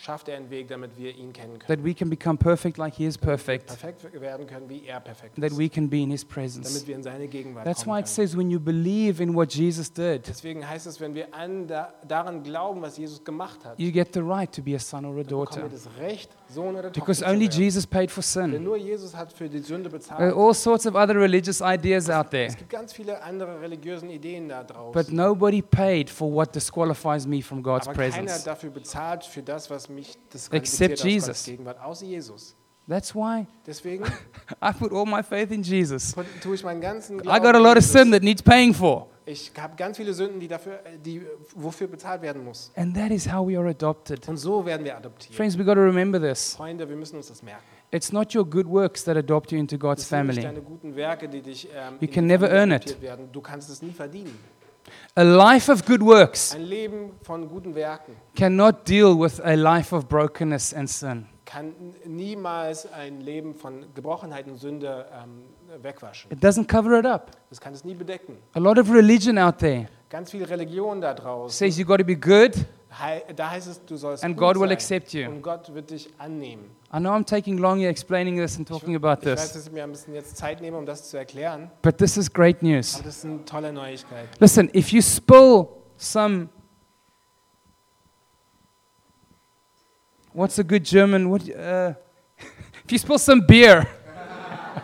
[SPEAKER 2] schafft er einen Weg, damit wir ihn kennen können.
[SPEAKER 1] that we can become perfect like he is perfect,
[SPEAKER 2] Perfekt werden können, wie er perfekt
[SPEAKER 1] that
[SPEAKER 2] ist.
[SPEAKER 1] we can be in his presence.
[SPEAKER 2] Damit wir in seine Gegenwart
[SPEAKER 1] That's why
[SPEAKER 2] kommen
[SPEAKER 1] it
[SPEAKER 2] können.
[SPEAKER 1] says when you believe in what Jesus did,
[SPEAKER 2] Deswegen heißt es, wenn wir an, da, daran glauben, was Jesus gemacht hat,
[SPEAKER 1] you get the right to be a son or a
[SPEAKER 2] bekommen
[SPEAKER 1] daughter.
[SPEAKER 2] wir das Recht, Sohn oder Tochter
[SPEAKER 1] Because
[SPEAKER 2] zu
[SPEAKER 1] only
[SPEAKER 2] werden.
[SPEAKER 1] Jesus Oh, paid for
[SPEAKER 2] Denn
[SPEAKER 1] sin.
[SPEAKER 2] nur Jesus hat für die Sünde bezahlt.
[SPEAKER 1] There are all sorts of other religious ideas out there,
[SPEAKER 2] Es gibt ganz viele andere religiösen Ideen da draußen.
[SPEAKER 1] but nobody paid for what disqualifies me from God's
[SPEAKER 2] aber keiner hat
[SPEAKER 1] presence.
[SPEAKER 2] dafür bezahlt für das, was mich das
[SPEAKER 1] Except
[SPEAKER 2] aus Gottes
[SPEAKER 1] Jesus.
[SPEAKER 2] Gegenwart, außer Jesus.
[SPEAKER 1] That's why
[SPEAKER 2] Deswegen
[SPEAKER 1] I put all my faith in Jesus.
[SPEAKER 2] put- tue ich meinen ganzen
[SPEAKER 1] I got a lot
[SPEAKER 2] in
[SPEAKER 1] of
[SPEAKER 2] Jesus.
[SPEAKER 1] sin that needs paying for.
[SPEAKER 2] Ich habe ganz viele Sünden, die dafür, äh, die, wofür bezahlt werden muss.
[SPEAKER 1] And that is how we are adopted.
[SPEAKER 2] Und so werden wir adoptiert.
[SPEAKER 1] Friends, we got to remember this.
[SPEAKER 2] Freunde, wir müssen uns das merken.
[SPEAKER 1] It's not your good works that adopt you into God's
[SPEAKER 2] Es sind nicht
[SPEAKER 1] family.
[SPEAKER 2] deine guten Werke, die dich ähm,
[SPEAKER 1] You
[SPEAKER 2] in
[SPEAKER 1] can
[SPEAKER 2] die
[SPEAKER 1] never
[SPEAKER 2] Familie
[SPEAKER 1] earn it.
[SPEAKER 2] adoptiert werden. Du kannst es nie verdienen.
[SPEAKER 1] A life of good works
[SPEAKER 2] Ein Leben von guten Werken
[SPEAKER 1] cannot deal with a life of brokenness and sin.
[SPEAKER 2] kann n- niemals ein Leben von Gebrochenheit und Sünde ähm, wegwaschen.
[SPEAKER 1] It doesn't cover it up.
[SPEAKER 2] Das kann es nie bedecken.
[SPEAKER 1] A lot of religion out there
[SPEAKER 2] Ganz viel Religion da draußen.
[SPEAKER 1] says you got to be good.
[SPEAKER 2] Hei- Da heißt es, du sollst
[SPEAKER 1] And
[SPEAKER 2] gut
[SPEAKER 1] God
[SPEAKER 2] sein.
[SPEAKER 1] will accept you.
[SPEAKER 2] Und Gott wird dich annehmen.
[SPEAKER 1] I know I'm taking long here explaining this and talking about
[SPEAKER 2] Ich
[SPEAKER 1] this,
[SPEAKER 2] weiß, dass ich mir ein bisschen jetzt Zeit nehme, um das zu erklären,
[SPEAKER 1] but this is great news.
[SPEAKER 2] aber das ist eine tolle Neuigkeit.
[SPEAKER 1] Listen, if you spill some. What's a good German? What, uh, if you spill some beer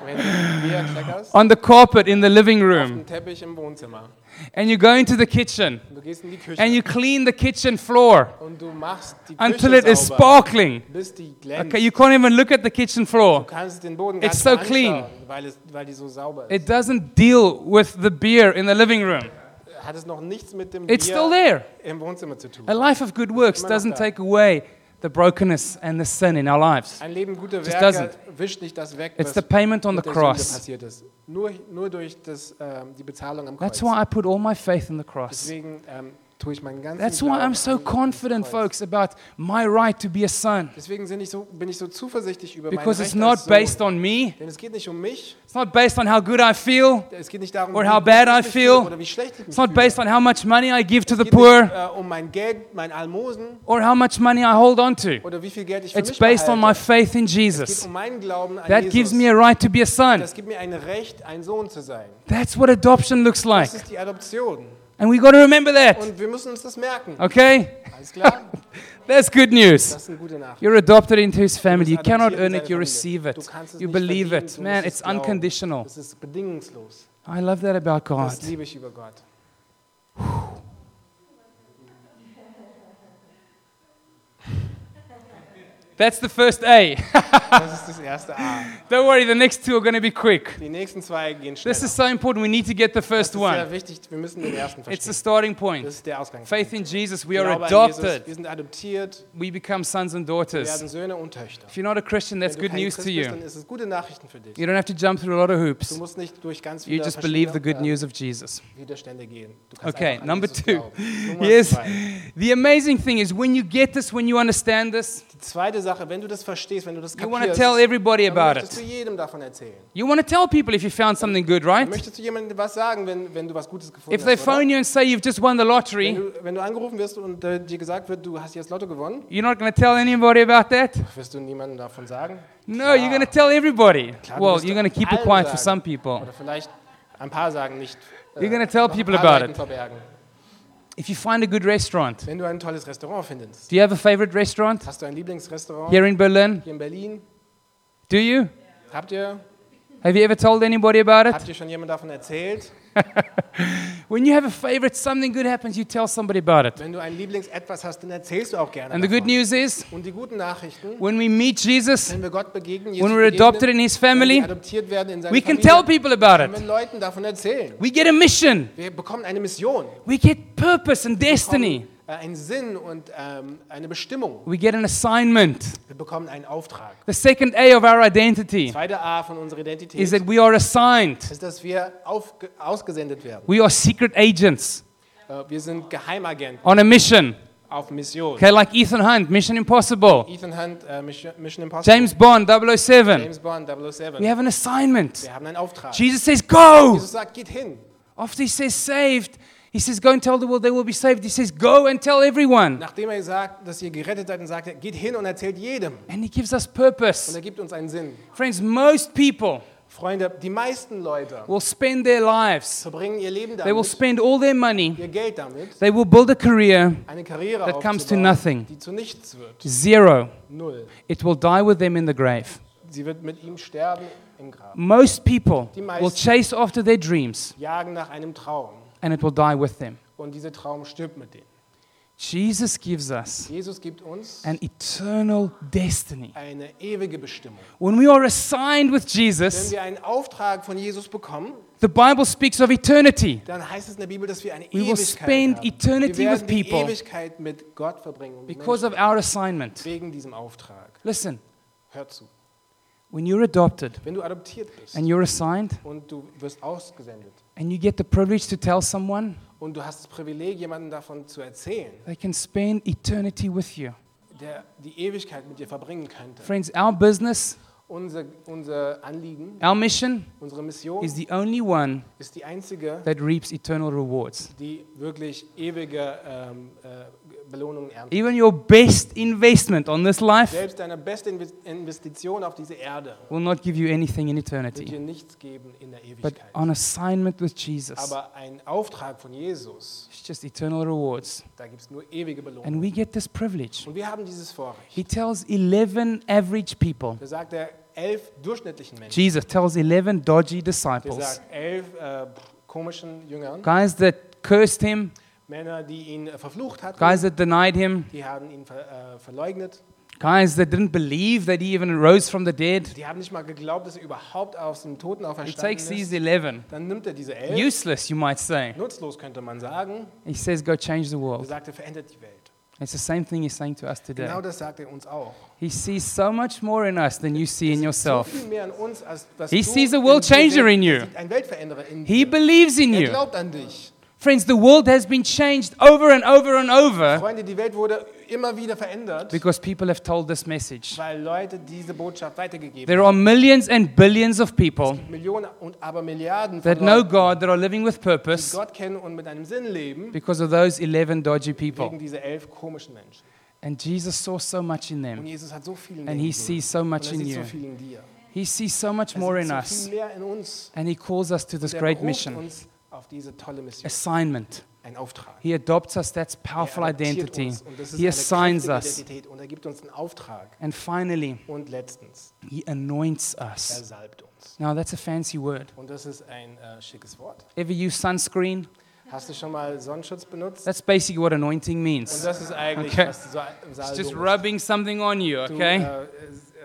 [SPEAKER 2] Wenn du Bier kleckerst, auf
[SPEAKER 1] on the carpet in the living
[SPEAKER 2] dem
[SPEAKER 1] room
[SPEAKER 2] Teppich im Wohnzimmer
[SPEAKER 1] and you go into the kitchen
[SPEAKER 2] und du gehst in die Küche
[SPEAKER 1] and you clean the kitchen floor
[SPEAKER 2] und du machst die
[SPEAKER 1] until
[SPEAKER 2] Küche
[SPEAKER 1] it is
[SPEAKER 2] sauber,
[SPEAKER 1] sparkling.
[SPEAKER 2] bis die glänzt.
[SPEAKER 1] Okay, you can't even look at the kitchen floor.
[SPEAKER 2] Du kannst den Boden
[SPEAKER 1] It's
[SPEAKER 2] ganz so
[SPEAKER 1] so clean.
[SPEAKER 2] anschauen, weil, es, weil die so sauber ist.
[SPEAKER 1] It doesn't deal with the beer in the living room.
[SPEAKER 2] Hat es noch nichts mit dem
[SPEAKER 1] It's still
[SPEAKER 2] Bier
[SPEAKER 1] there.
[SPEAKER 2] im Wohnzimmer zu tun.
[SPEAKER 1] A life of good works doesn't take away the brokenness and the sin in our lives.
[SPEAKER 2] Ein Leben guter
[SPEAKER 1] Just
[SPEAKER 2] Werke wischt nicht das weg,
[SPEAKER 1] It's
[SPEAKER 2] was
[SPEAKER 1] the payment on the
[SPEAKER 2] mit der Sünde
[SPEAKER 1] cross.
[SPEAKER 2] passiert ist. Nur, nur durch das, ähm, die Bezahlung am Kreuz.
[SPEAKER 1] That's why I put all my faith in the cross.
[SPEAKER 2] Deswegen ähm, tue ich meinen ganzen
[SPEAKER 1] That's why
[SPEAKER 2] Glauben
[SPEAKER 1] I'm so
[SPEAKER 2] an-
[SPEAKER 1] confident,
[SPEAKER 2] ans Kreuz.
[SPEAKER 1] folks, about my right to be a son.
[SPEAKER 2] Deswegen sind ich so, bin ich so zuversichtlich über
[SPEAKER 1] Because
[SPEAKER 2] mein
[SPEAKER 1] it's
[SPEAKER 2] Recht
[SPEAKER 1] not
[SPEAKER 2] als Sohn.
[SPEAKER 1] based on me,
[SPEAKER 2] Denn es geht nicht um mich.
[SPEAKER 1] it's not based on how good I feel,
[SPEAKER 2] Es geht nicht darum,
[SPEAKER 1] Or
[SPEAKER 2] wie
[SPEAKER 1] how
[SPEAKER 2] gut
[SPEAKER 1] bad I
[SPEAKER 2] ich mich
[SPEAKER 1] feel.
[SPEAKER 2] fühle oder wie schlecht ich mich
[SPEAKER 1] it's not
[SPEAKER 2] fühle.
[SPEAKER 1] based on how much money I give to the
[SPEAKER 2] es geht nicht,
[SPEAKER 1] poor
[SPEAKER 2] äh, um mein Geld, mein Almosen
[SPEAKER 1] or how much money I hold on to.
[SPEAKER 2] oder wie viel Geld ich für
[SPEAKER 1] It's
[SPEAKER 2] mich
[SPEAKER 1] based on
[SPEAKER 2] behalte.
[SPEAKER 1] my faith in
[SPEAKER 2] Es geht
[SPEAKER 1] Jesus.
[SPEAKER 2] um meinen Glauben an
[SPEAKER 1] That
[SPEAKER 2] Jesus.
[SPEAKER 1] gives me a right to be a son.
[SPEAKER 2] das gibt mir ein Recht, ein Sohn zu sein.
[SPEAKER 1] That's what adoption looks like.
[SPEAKER 2] Das ist die Adoption.
[SPEAKER 1] And we got to remember that.
[SPEAKER 2] Und wir müssen uns das merken.
[SPEAKER 1] Okay?
[SPEAKER 2] Alles klar?
[SPEAKER 1] That's good news.
[SPEAKER 2] Das ist eine gute Nachricht.
[SPEAKER 1] You're adopted into his family. You
[SPEAKER 2] Du bist
[SPEAKER 1] cannot
[SPEAKER 2] adoptiert
[SPEAKER 1] earn
[SPEAKER 2] in seine
[SPEAKER 1] it, you
[SPEAKER 2] Familie.
[SPEAKER 1] receive it.
[SPEAKER 2] Du kannst es
[SPEAKER 1] You
[SPEAKER 2] nicht
[SPEAKER 1] believe
[SPEAKER 2] verdienen,
[SPEAKER 1] it.
[SPEAKER 2] du
[SPEAKER 1] Man,
[SPEAKER 2] musst es
[SPEAKER 1] it's
[SPEAKER 2] glauben.
[SPEAKER 1] unconditional.
[SPEAKER 2] Das ist bedingungslos.
[SPEAKER 1] I love that about God.
[SPEAKER 2] Das liebe ich über Gott.
[SPEAKER 1] That's the first A.
[SPEAKER 2] Das ist das erste A.
[SPEAKER 1] Don't worry, the next two are going to be quick.
[SPEAKER 2] Die nächsten zwei gehen schneller.
[SPEAKER 1] This is so important. We need to get the
[SPEAKER 2] das
[SPEAKER 1] first
[SPEAKER 2] ist sehr
[SPEAKER 1] one.
[SPEAKER 2] wichtig. Wir müssen den ersten
[SPEAKER 1] It's the
[SPEAKER 2] verstehen.
[SPEAKER 1] starting
[SPEAKER 2] Das
[SPEAKER 1] point.
[SPEAKER 2] ist der Ausgang.
[SPEAKER 1] Faith in Jesus, we
[SPEAKER 2] Wir
[SPEAKER 1] are
[SPEAKER 2] Wir
[SPEAKER 1] adopted.
[SPEAKER 2] sind adoptiert.
[SPEAKER 1] We become sons and
[SPEAKER 2] Wir werden
[SPEAKER 1] daughters.
[SPEAKER 2] Söhne und Töchter.
[SPEAKER 1] If you're not a Christian, that's
[SPEAKER 2] Wenn du
[SPEAKER 1] good
[SPEAKER 2] kein
[SPEAKER 1] news
[SPEAKER 2] Christ
[SPEAKER 1] to
[SPEAKER 2] bist, dann
[SPEAKER 1] you.
[SPEAKER 2] ist es gute Nachrichten für dich.
[SPEAKER 1] You don't have to jump through a lot of
[SPEAKER 2] Du
[SPEAKER 1] hoops.
[SPEAKER 2] musst nicht durch ganz
[SPEAKER 1] You
[SPEAKER 2] viele
[SPEAKER 1] just believe the good
[SPEAKER 2] verschiedene,
[SPEAKER 1] news of Jesus.
[SPEAKER 2] äh, Widerstände gehen. Du kannst
[SPEAKER 1] Okay,
[SPEAKER 2] einfach an
[SPEAKER 1] number
[SPEAKER 2] Jesus
[SPEAKER 1] two.
[SPEAKER 2] glauben. Nummer
[SPEAKER 1] Yes.
[SPEAKER 2] zwei.
[SPEAKER 1] The amazing thing is when you get this, when you understand this,
[SPEAKER 2] Die zweite Sache, wenn du das verstehst, wenn du das
[SPEAKER 1] you want to
[SPEAKER 2] kapierst,
[SPEAKER 1] tell everybody
[SPEAKER 2] dann
[SPEAKER 1] about
[SPEAKER 2] möchtest du
[SPEAKER 1] it.
[SPEAKER 2] jedem davon erzählen.
[SPEAKER 1] You want to tell people if you found something good,
[SPEAKER 2] Dann
[SPEAKER 1] right?
[SPEAKER 2] möchtest du jemandem was sagen, wenn, wenn du was Gutes gefunden
[SPEAKER 1] If they
[SPEAKER 2] hast, oder?
[SPEAKER 1] phone you and say you've just won the
[SPEAKER 2] Wenn
[SPEAKER 1] lottery,
[SPEAKER 2] du, wenn du angerufen wirst und äh, dir gesagt wird, du hast jetzt Lotto gewonnen,
[SPEAKER 1] you're not going to tell anybody about that?
[SPEAKER 2] wirst du niemandem davon sagen?
[SPEAKER 1] No, you're going to tell everybody.
[SPEAKER 2] Klar, du
[SPEAKER 1] Well,
[SPEAKER 2] musst
[SPEAKER 1] you're going to keep it
[SPEAKER 2] allen
[SPEAKER 1] quiet for
[SPEAKER 2] sagen.
[SPEAKER 1] some people.
[SPEAKER 2] Oder vielleicht ein paar sagen nicht. äh,
[SPEAKER 1] You're gonna tell
[SPEAKER 2] noch ein
[SPEAKER 1] people
[SPEAKER 2] paar
[SPEAKER 1] about
[SPEAKER 2] Leuten
[SPEAKER 1] it.
[SPEAKER 2] Verbergen.
[SPEAKER 1] If you find a good restaurant,
[SPEAKER 2] Wenn du ein tolles Restaurant findest,
[SPEAKER 1] do you have a favorite restaurant
[SPEAKER 2] hast du ein Lieblingsrestaurant
[SPEAKER 1] here in Berlin?
[SPEAKER 2] hier in Berlin?
[SPEAKER 1] Do you?
[SPEAKER 2] Habt ihr,
[SPEAKER 1] Have you ever told anybody about it?
[SPEAKER 2] habt ihr schon jemand davon erzählt?
[SPEAKER 1] When you have a favorite, something good happens, you tell somebody about it.
[SPEAKER 2] Wenn du ein Lieblings-Etwas hast, dann erzählst du auch gerne.
[SPEAKER 1] And the good
[SPEAKER 2] davon.
[SPEAKER 1] news is,
[SPEAKER 2] Und die guten Nachrichten,
[SPEAKER 1] when we meet Jesus,
[SPEAKER 2] wenn wir Gott begegnen, Jesus
[SPEAKER 1] when we're
[SPEAKER 2] begegnen,
[SPEAKER 1] adopted in his
[SPEAKER 2] wenn
[SPEAKER 1] family,
[SPEAKER 2] wir adoptiert werden in seine
[SPEAKER 1] we can
[SPEAKER 2] Familie,
[SPEAKER 1] tell people about
[SPEAKER 2] können
[SPEAKER 1] it.
[SPEAKER 2] wir Leuten davon erzählen.
[SPEAKER 1] We get a mission.
[SPEAKER 2] Wir bekommen eine Mission,
[SPEAKER 1] We get purpose and destiny.
[SPEAKER 2] äh, einen Sinn und ähm, eine Bestimmung.
[SPEAKER 1] We get an assignment.
[SPEAKER 2] Wir bekommen einen Auftrag.
[SPEAKER 1] The second A of our identity
[SPEAKER 2] Zweite A von unserer Identität
[SPEAKER 1] is that we are assigned.
[SPEAKER 2] ist, dass wir aufge- ausgesendet werden.
[SPEAKER 1] We are secret agents
[SPEAKER 2] Äh, wir sind Geheimagenten
[SPEAKER 1] on a mission.
[SPEAKER 2] auf Mission.
[SPEAKER 1] Okay, like Ethan Hunt, Mission Impossible.
[SPEAKER 2] Ethan Hunt, äh, Mission Mission Impossible.
[SPEAKER 1] James Bond, 007.
[SPEAKER 2] James Bond,
[SPEAKER 1] We
[SPEAKER 2] 007.
[SPEAKER 1] have an assignment.
[SPEAKER 2] Wir haben einen Auftrag.
[SPEAKER 1] Jesus says, Go!
[SPEAKER 2] Jesus sagt, geht hin.
[SPEAKER 1] After he says saved, he says, Go and tell the world they will be saved. He says, Go and tell everyone.
[SPEAKER 2] Nachdem er sagt, dass ihr gerettet seid, und sagt er, geht hin und erzählt jedem.
[SPEAKER 1] And he gives us
[SPEAKER 2] Und
[SPEAKER 1] purpose.
[SPEAKER 2] er gibt uns einen Sinn.
[SPEAKER 1] Friends, most people
[SPEAKER 2] Freunde, die meisten Leute
[SPEAKER 1] will spend their lives,
[SPEAKER 2] verbringen ihr Leben
[SPEAKER 1] they will
[SPEAKER 2] damit,
[SPEAKER 1] spend all their money,
[SPEAKER 2] ihr Geld damit,
[SPEAKER 1] they will build a career,
[SPEAKER 2] eine Karriere
[SPEAKER 1] That comes to nothing.
[SPEAKER 2] aufzubauen, die zu nichts wird.
[SPEAKER 1] zero.
[SPEAKER 2] Null.
[SPEAKER 1] It will die with them in the grave.
[SPEAKER 2] Sie wird mit ihm sterben im Grab.
[SPEAKER 1] Most people
[SPEAKER 2] Die meisten-
[SPEAKER 1] will chase after their dreams
[SPEAKER 2] Jagen nach einem Traum.
[SPEAKER 1] and it will die with them.
[SPEAKER 2] Und dieser Traum stirbt mit denen.
[SPEAKER 1] Jesus gives us
[SPEAKER 2] Jesus gibt uns
[SPEAKER 1] an eternal destiny.
[SPEAKER 2] eine ewige Bestimmung.
[SPEAKER 1] When we are assigned with
[SPEAKER 2] Wenn
[SPEAKER 1] Jesus,
[SPEAKER 2] wir einen Auftrag von Jesus bekommen,
[SPEAKER 1] the Bible speaks of eternity.
[SPEAKER 2] dann heißt es in der Bibel, dass wir eine
[SPEAKER 1] We will
[SPEAKER 2] Ewigkeit
[SPEAKER 1] spend
[SPEAKER 2] haben.
[SPEAKER 1] eternity
[SPEAKER 2] wir werden
[SPEAKER 1] with
[SPEAKER 2] die
[SPEAKER 1] people.
[SPEAKER 2] Ewigkeit mit Gott verbringen und mit
[SPEAKER 1] Because of
[SPEAKER 2] Menschen,
[SPEAKER 1] our assignment.
[SPEAKER 2] wegen diesem Auftrag.
[SPEAKER 1] Listen,
[SPEAKER 2] Hör zu.
[SPEAKER 1] when you're adopted
[SPEAKER 2] Wenn du adoptiert bist
[SPEAKER 1] and you're assigned
[SPEAKER 2] und du wirst ausgesendet
[SPEAKER 1] and you get the privilege to tell someone,
[SPEAKER 2] und du hast das Privileg, jemandem davon zu erzählen,
[SPEAKER 1] they can spend eternity with you.
[SPEAKER 2] der die Ewigkeit mit dir verbringen könnte.
[SPEAKER 1] Friends, our business,
[SPEAKER 2] Unser, unser Anliegen,
[SPEAKER 1] our mission
[SPEAKER 2] unsere Mission
[SPEAKER 1] is the only one
[SPEAKER 2] ist die einzige,
[SPEAKER 1] that reaps eternal rewards.
[SPEAKER 2] die wirklich ewige ähm, äh, Belohnungen erntet.
[SPEAKER 1] Even your best investment on this life
[SPEAKER 2] Selbst deine beste Inve- Investition auf diese Erde
[SPEAKER 1] will not give you anything in
[SPEAKER 2] wird dir
[SPEAKER 1] eternity.
[SPEAKER 2] nichts geben in der
[SPEAKER 1] But
[SPEAKER 2] Ewigkeit.
[SPEAKER 1] on assignment with Jesus,
[SPEAKER 2] Aber ein Auftrag von Jesus,
[SPEAKER 1] it's just eternal rewards.
[SPEAKER 2] da gibt es nur ewige Belohnung.
[SPEAKER 1] And we get this privilege.
[SPEAKER 2] Und wir haben dieses Vorrecht.
[SPEAKER 1] He tells 11 average people,
[SPEAKER 2] Da sagt er elf durchschnittlichen Menschen.
[SPEAKER 1] Jesus tells 11 dodgy
[SPEAKER 2] Der
[SPEAKER 1] disciples,
[SPEAKER 2] sagt elf äh, pff, komischen Jüngern,
[SPEAKER 1] guys that cursed him,
[SPEAKER 2] Männer, die ihn äh, verflucht hatten,
[SPEAKER 1] guys that denied him,
[SPEAKER 2] die haben ihn ver, äh, verleugnet,
[SPEAKER 1] guys that didn't believe that he even rose from the dead.
[SPEAKER 2] die haben nicht mal geglaubt, dass er überhaupt aus dem Toten
[SPEAKER 1] He
[SPEAKER 2] auferstanden
[SPEAKER 1] takes these
[SPEAKER 2] ist.
[SPEAKER 1] 11,
[SPEAKER 2] Dann nimmt er diese elf,
[SPEAKER 1] useless, you might say.
[SPEAKER 2] nutzlos könnte man sagen,
[SPEAKER 1] He says, Go change the
[SPEAKER 2] und
[SPEAKER 1] world.
[SPEAKER 2] sagt, er verändert die Welt.
[SPEAKER 1] It's the same thing he's saying to us today.
[SPEAKER 2] Genau das sagt er uns auch.
[SPEAKER 1] He sees so much more in us than you see in
[SPEAKER 2] So
[SPEAKER 1] yourself.
[SPEAKER 2] viel mehr an uns, als was
[SPEAKER 1] He
[SPEAKER 2] du
[SPEAKER 1] sees a
[SPEAKER 2] in
[SPEAKER 1] world
[SPEAKER 2] dir selbst-
[SPEAKER 1] changer in you.
[SPEAKER 2] Er sieht Ein Weltveränderer in
[SPEAKER 1] He
[SPEAKER 2] dir.
[SPEAKER 1] believes in
[SPEAKER 2] Er
[SPEAKER 1] you.
[SPEAKER 2] glaubt an dich.
[SPEAKER 1] Friends, the world has been changed over and over and over
[SPEAKER 2] Freunde, die Welt wurde immer wieder verändert,
[SPEAKER 1] because people have told this message.
[SPEAKER 2] weil Leute diese Botschaft weitergegeben
[SPEAKER 1] There are millions and billions of people
[SPEAKER 2] haben. Millionen und aber Milliarden von
[SPEAKER 1] that know
[SPEAKER 2] Leuten,
[SPEAKER 1] God, that are living with
[SPEAKER 2] die
[SPEAKER 1] purpose
[SPEAKER 2] Gott kennen und mit einem Sinn leben,
[SPEAKER 1] because of those 11 dodgy
[SPEAKER 2] wegen
[SPEAKER 1] people.
[SPEAKER 2] dieser elf komischen Menschen.
[SPEAKER 1] And Jesus saw so much in
[SPEAKER 2] Und
[SPEAKER 1] them.
[SPEAKER 2] Jesus hat so viel in
[SPEAKER 1] And
[SPEAKER 2] dir
[SPEAKER 1] he
[SPEAKER 2] gesehen.
[SPEAKER 1] sees so
[SPEAKER 2] Und
[SPEAKER 1] much
[SPEAKER 2] er
[SPEAKER 1] in
[SPEAKER 2] sieht so
[SPEAKER 1] you.
[SPEAKER 2] viel in dir.
[SPEAKER 1] He sees so much
[SPEAKER 2] Er
[SPEAKER 1] more in
[SPEAKER 2] sieht so
[SPEAKER 1] us.
[SPEAKER 2] viel mehr in uns.
[SPEAKER 1] And he calls us to this
[SPEAKER 2] Der
[SPEAKER 1] great
[SPEAKER 2] beruft
[SPEAKER 1] mission
[SPEAKER 2] uns auf diese tolle Mission,
[SPEAKER 1] assignment.
[SPEAKER 2] ein Auftrag.
[SPEAKER 1] He adopts us, that's
[SPEAKER 2] Er
[SPEAKER 1] powerful
[SPEAKER 2] adoptiert
[SPEAKER 1] identity.
[SPEAKER 2] uns und das ist
[SPEAKER 1] He
[SPEAKER 2] eine
[SPEAKER 1] assigns
[SPEAKER 2] kräftige
[SPEAKER 1] us.
[SPEAKER 2] Identität Und er gibt uns einen Auftrag.
[SPEAKER 1] And finally,
[SPEAKER 2] Und letztens,
[SPEAKER 1] he anoints
[SPEAKER 2] er
[SPEAKER 1] us.
[SPEAKER 2] salbt uns.
[SPEAKER 1] Now, that's a fancy word.
[SPEAKER 2] Und das ist ein äh, schickes Wort.
[SPEAKER 1] Ever use sunscreen?
[SPEAKER 2] Hast du schon mal Sonnenschutz benutzt?
[SPEAKER 1] That's basically what anointing
[SPEAKER 2] Und
[SPEAKER 1] means.
[SPEAKER 2] das ist eigentlich,
[SPEAKER 1] Okay.
[SPEAKER 2] was Sa
[SPEAKER 1] It's
[SPEAKER 2] Salbung
[SPEAKER 1] just
[SPEAKER 2] ist.
[SPEAKER 1] rubbing something on you,
[SPEAKER 2] Du
[SPEAKER 1] okay?
[SPEAKER 2] äh, äh,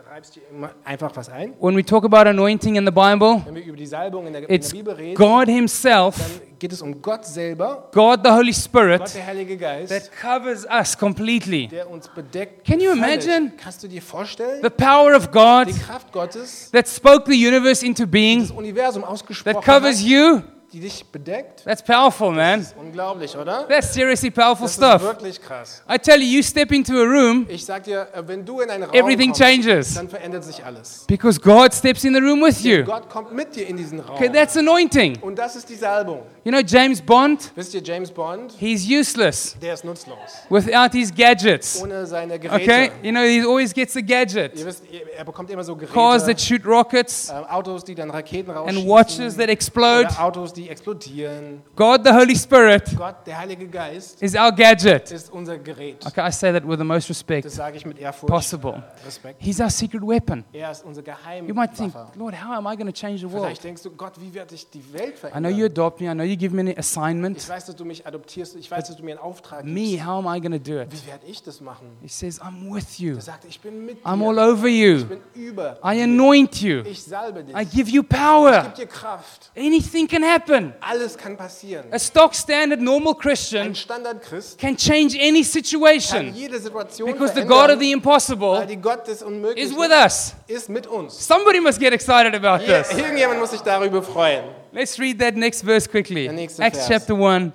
[SPEAKER 2] reibst dir immer einfach was ein.
[SPEAKER 1] When we talk about anointing in the Bible,
[SPEAKER 2] Wenn wir über die Salbung in der, in der
[SPEAKER 1] it's
[SPEAKER 2] Bibel reden,
[SPEAKER 1] God Himself,
[SPEAKER 2] dann geht es um Gott selber,
[SPEAKER 1] God the Holy
[SPEAKER 2] Gott
[SPEAKER 1] Spirit,
[SPEAKER 2] der Heilige Geist,
[SPEAKER 1] that covers us completely.
[SPEAKER 2] der uns bedeckt.
[SPEAKER 1] Can you
[SPEAKER 2] völlig.
[SPEAKER 1] imagine?
[SPEAKER 2] Kannst du dir vorstellen,
[SPEAKER 1] The power of God
[SPEAKER 2] die Kraft Gottes,
[SPEAKER 1] that spoke the universe into
[SPEAKER 2] die
[SPEAKER 1] being,
[SPEAKER 2] das Universum
[SPEAKER 1] that
[SPEAKER 2] ausgesprochen
[SPEAKER 1] covers
[SPEAKER 2] hat,
[SPEAKER 1] you?
[SPEAKER 2] die dich bedeckt?
[SPEAKER 1] That's powerful, man.
[SPEAKER 2] Das ist unglaublich, oder?
[SPEAKER 1] That's seriously powerful
[SPEAKER 2] Das ist
[SPEAKER 1] stuff.
[SPEAKER 2] wirklich krass.
[SPEAKER 1] I tell you, you step into a room,
[SPEAKER 2] Ich sag dir, äh, wenn du in einen Raum
[SPEAKER 1] everything
[SPEAKER 2] kommst,
[SPEAKER 1] changes
[SPEAKER 2] dann verändert sich alles.
[SPEAKER 1] because God steps in the room with you.
[SPEAKER 2] Gott kommt mit dir in diesen Raum.
[SPEAKER 1] Okay, that's anointing.
[SPEAKER 2] Und das ist die Salbung.
[SPEAKER 1] You know, James Bond,
[SPEAKER 2] Wisst ihr, James Bond,
[SPEAKER 1] he's useless
[SPEAKER 2] der ist nutzlos.
[SPEAKER 1] without his gadgets.
[SPEAKER 2] Ohne seine Geräte.
[SPEAKER 1] Okay, you know, he always gets a
[SPEAKER 2] Ihr
[SPEAKER 1] gadget.
[SPEAKER 2] wisst, ihr- er bekommt immer so Geräte,
[SPEAKER 1] Cars that shoot rockets
[SPEAKER 2] ähm, Autos, die dann Raketen
[SPEAKER 1] and
[SPEAKER 2] rausschießen,
[SPEAKER 1] watches that explode.
[SPEAKER 2] oder Autos, die explodieren.
[SPEAKER 1] God, the Holy Spirit,
[SPEAKER 2] Gott, der Heilige Geist,
[SPEAKER 1] is our gadget.
[SPEAKER 2] ist unser Gerät.
[SPEAKER 1] Okay, I say that with the most
[SPEAKER 2] Das
[SPEAKER 1] respect
[SPEAKER 2] sage ich mit Ehrfurcht,
[SPEAKER 1] possible.
[SPEAKER 2] Respekt.
[SPEAKER 1] He's our secret weapon.
[SPEAKER 2] Er ist unser Geheim.
[SPEAKER 1] You might think, Lord, how am I going to change the world?
[SPEAKER 2] Vielleicht denkst du, Gott, wie werde ich die Welt
[SPEAKER 1] I know
[SPEAKER 2] verändern?
[SPEAKER 1] you adopt me. I know you give me an
[SPEAKER 2] Ich
[SPEAKER 1] assignment.
[SPEAKER 2] weiß, dass du mich adoptierst. Ich weiß, dass du mir einen Auftrag
[SPEAKER 1] Me,
[SPEAKER 2] gibst.
[SPEAKER 1] how am I going to do it?
[SPEAKER 2] Wie werde ich das machen?
[SPEAKER 1] He says, I'm with you.
[SPEAKER 2] Er sagt, ich bin mit
[SPEAKER 1] I'm
[SPEAKER 2] dir.
[SPEAKER 1] all over
[SPEAKER 2] ich
[SPEAKER 1] you.
[SPEAKER 2] bin über.
[SPEAKER 1] I anoint you.
[SPEAKER 2] Ich salbe dich.
[SPEAKER 1] I
[SPEAKER 2] Ich
[SPEAKER 1] give you
[SPEAKER 2] gebe
[SPEAKER 1] power.
[SPEAKER 2] dir Kraft.
[SPEAKER 1] Anything can happen.
[SPEAKER 2] Alles kann passieren.
[SPEAKER 1] A stock standard normal
[SPEAKER 2] Ein
[SPEAKER 1] Christian
[SPEAKER 2] Standardchrist
[SPEAKER 1] can change any
[SPEAKER 2] kann
[SPEAKER 1] situation
[SPEAKER 2] jede Situation
[SPEAKER 1] because the God of
[SPEAKER 2] verändern,
[SPEAKER 1] the
[SPEAKER 2] weil
[SPEAKER 1] impossible
[SPEAKER 2] die Gott des
[SPEAKER 1] is
[SPEAKER 2] Unmöglichen
[SPEAKER 1] with us.
[SPEAKER 2] ist mit uns.
[SPEAKER 1] Somebody must get excited about
[SPEAKER 2] Hier,
[SPEAKER 1] this.
[SPEAKER 2] irgendjemand muss sich darüber freuen.
[SPEAKER 1] Let's read that next verse quickly.
[SPEAKER 2] The next
[SPEAKER 1] Acts
[SPEAKER 2] verse.
[SPEAKER 1] chapter 1.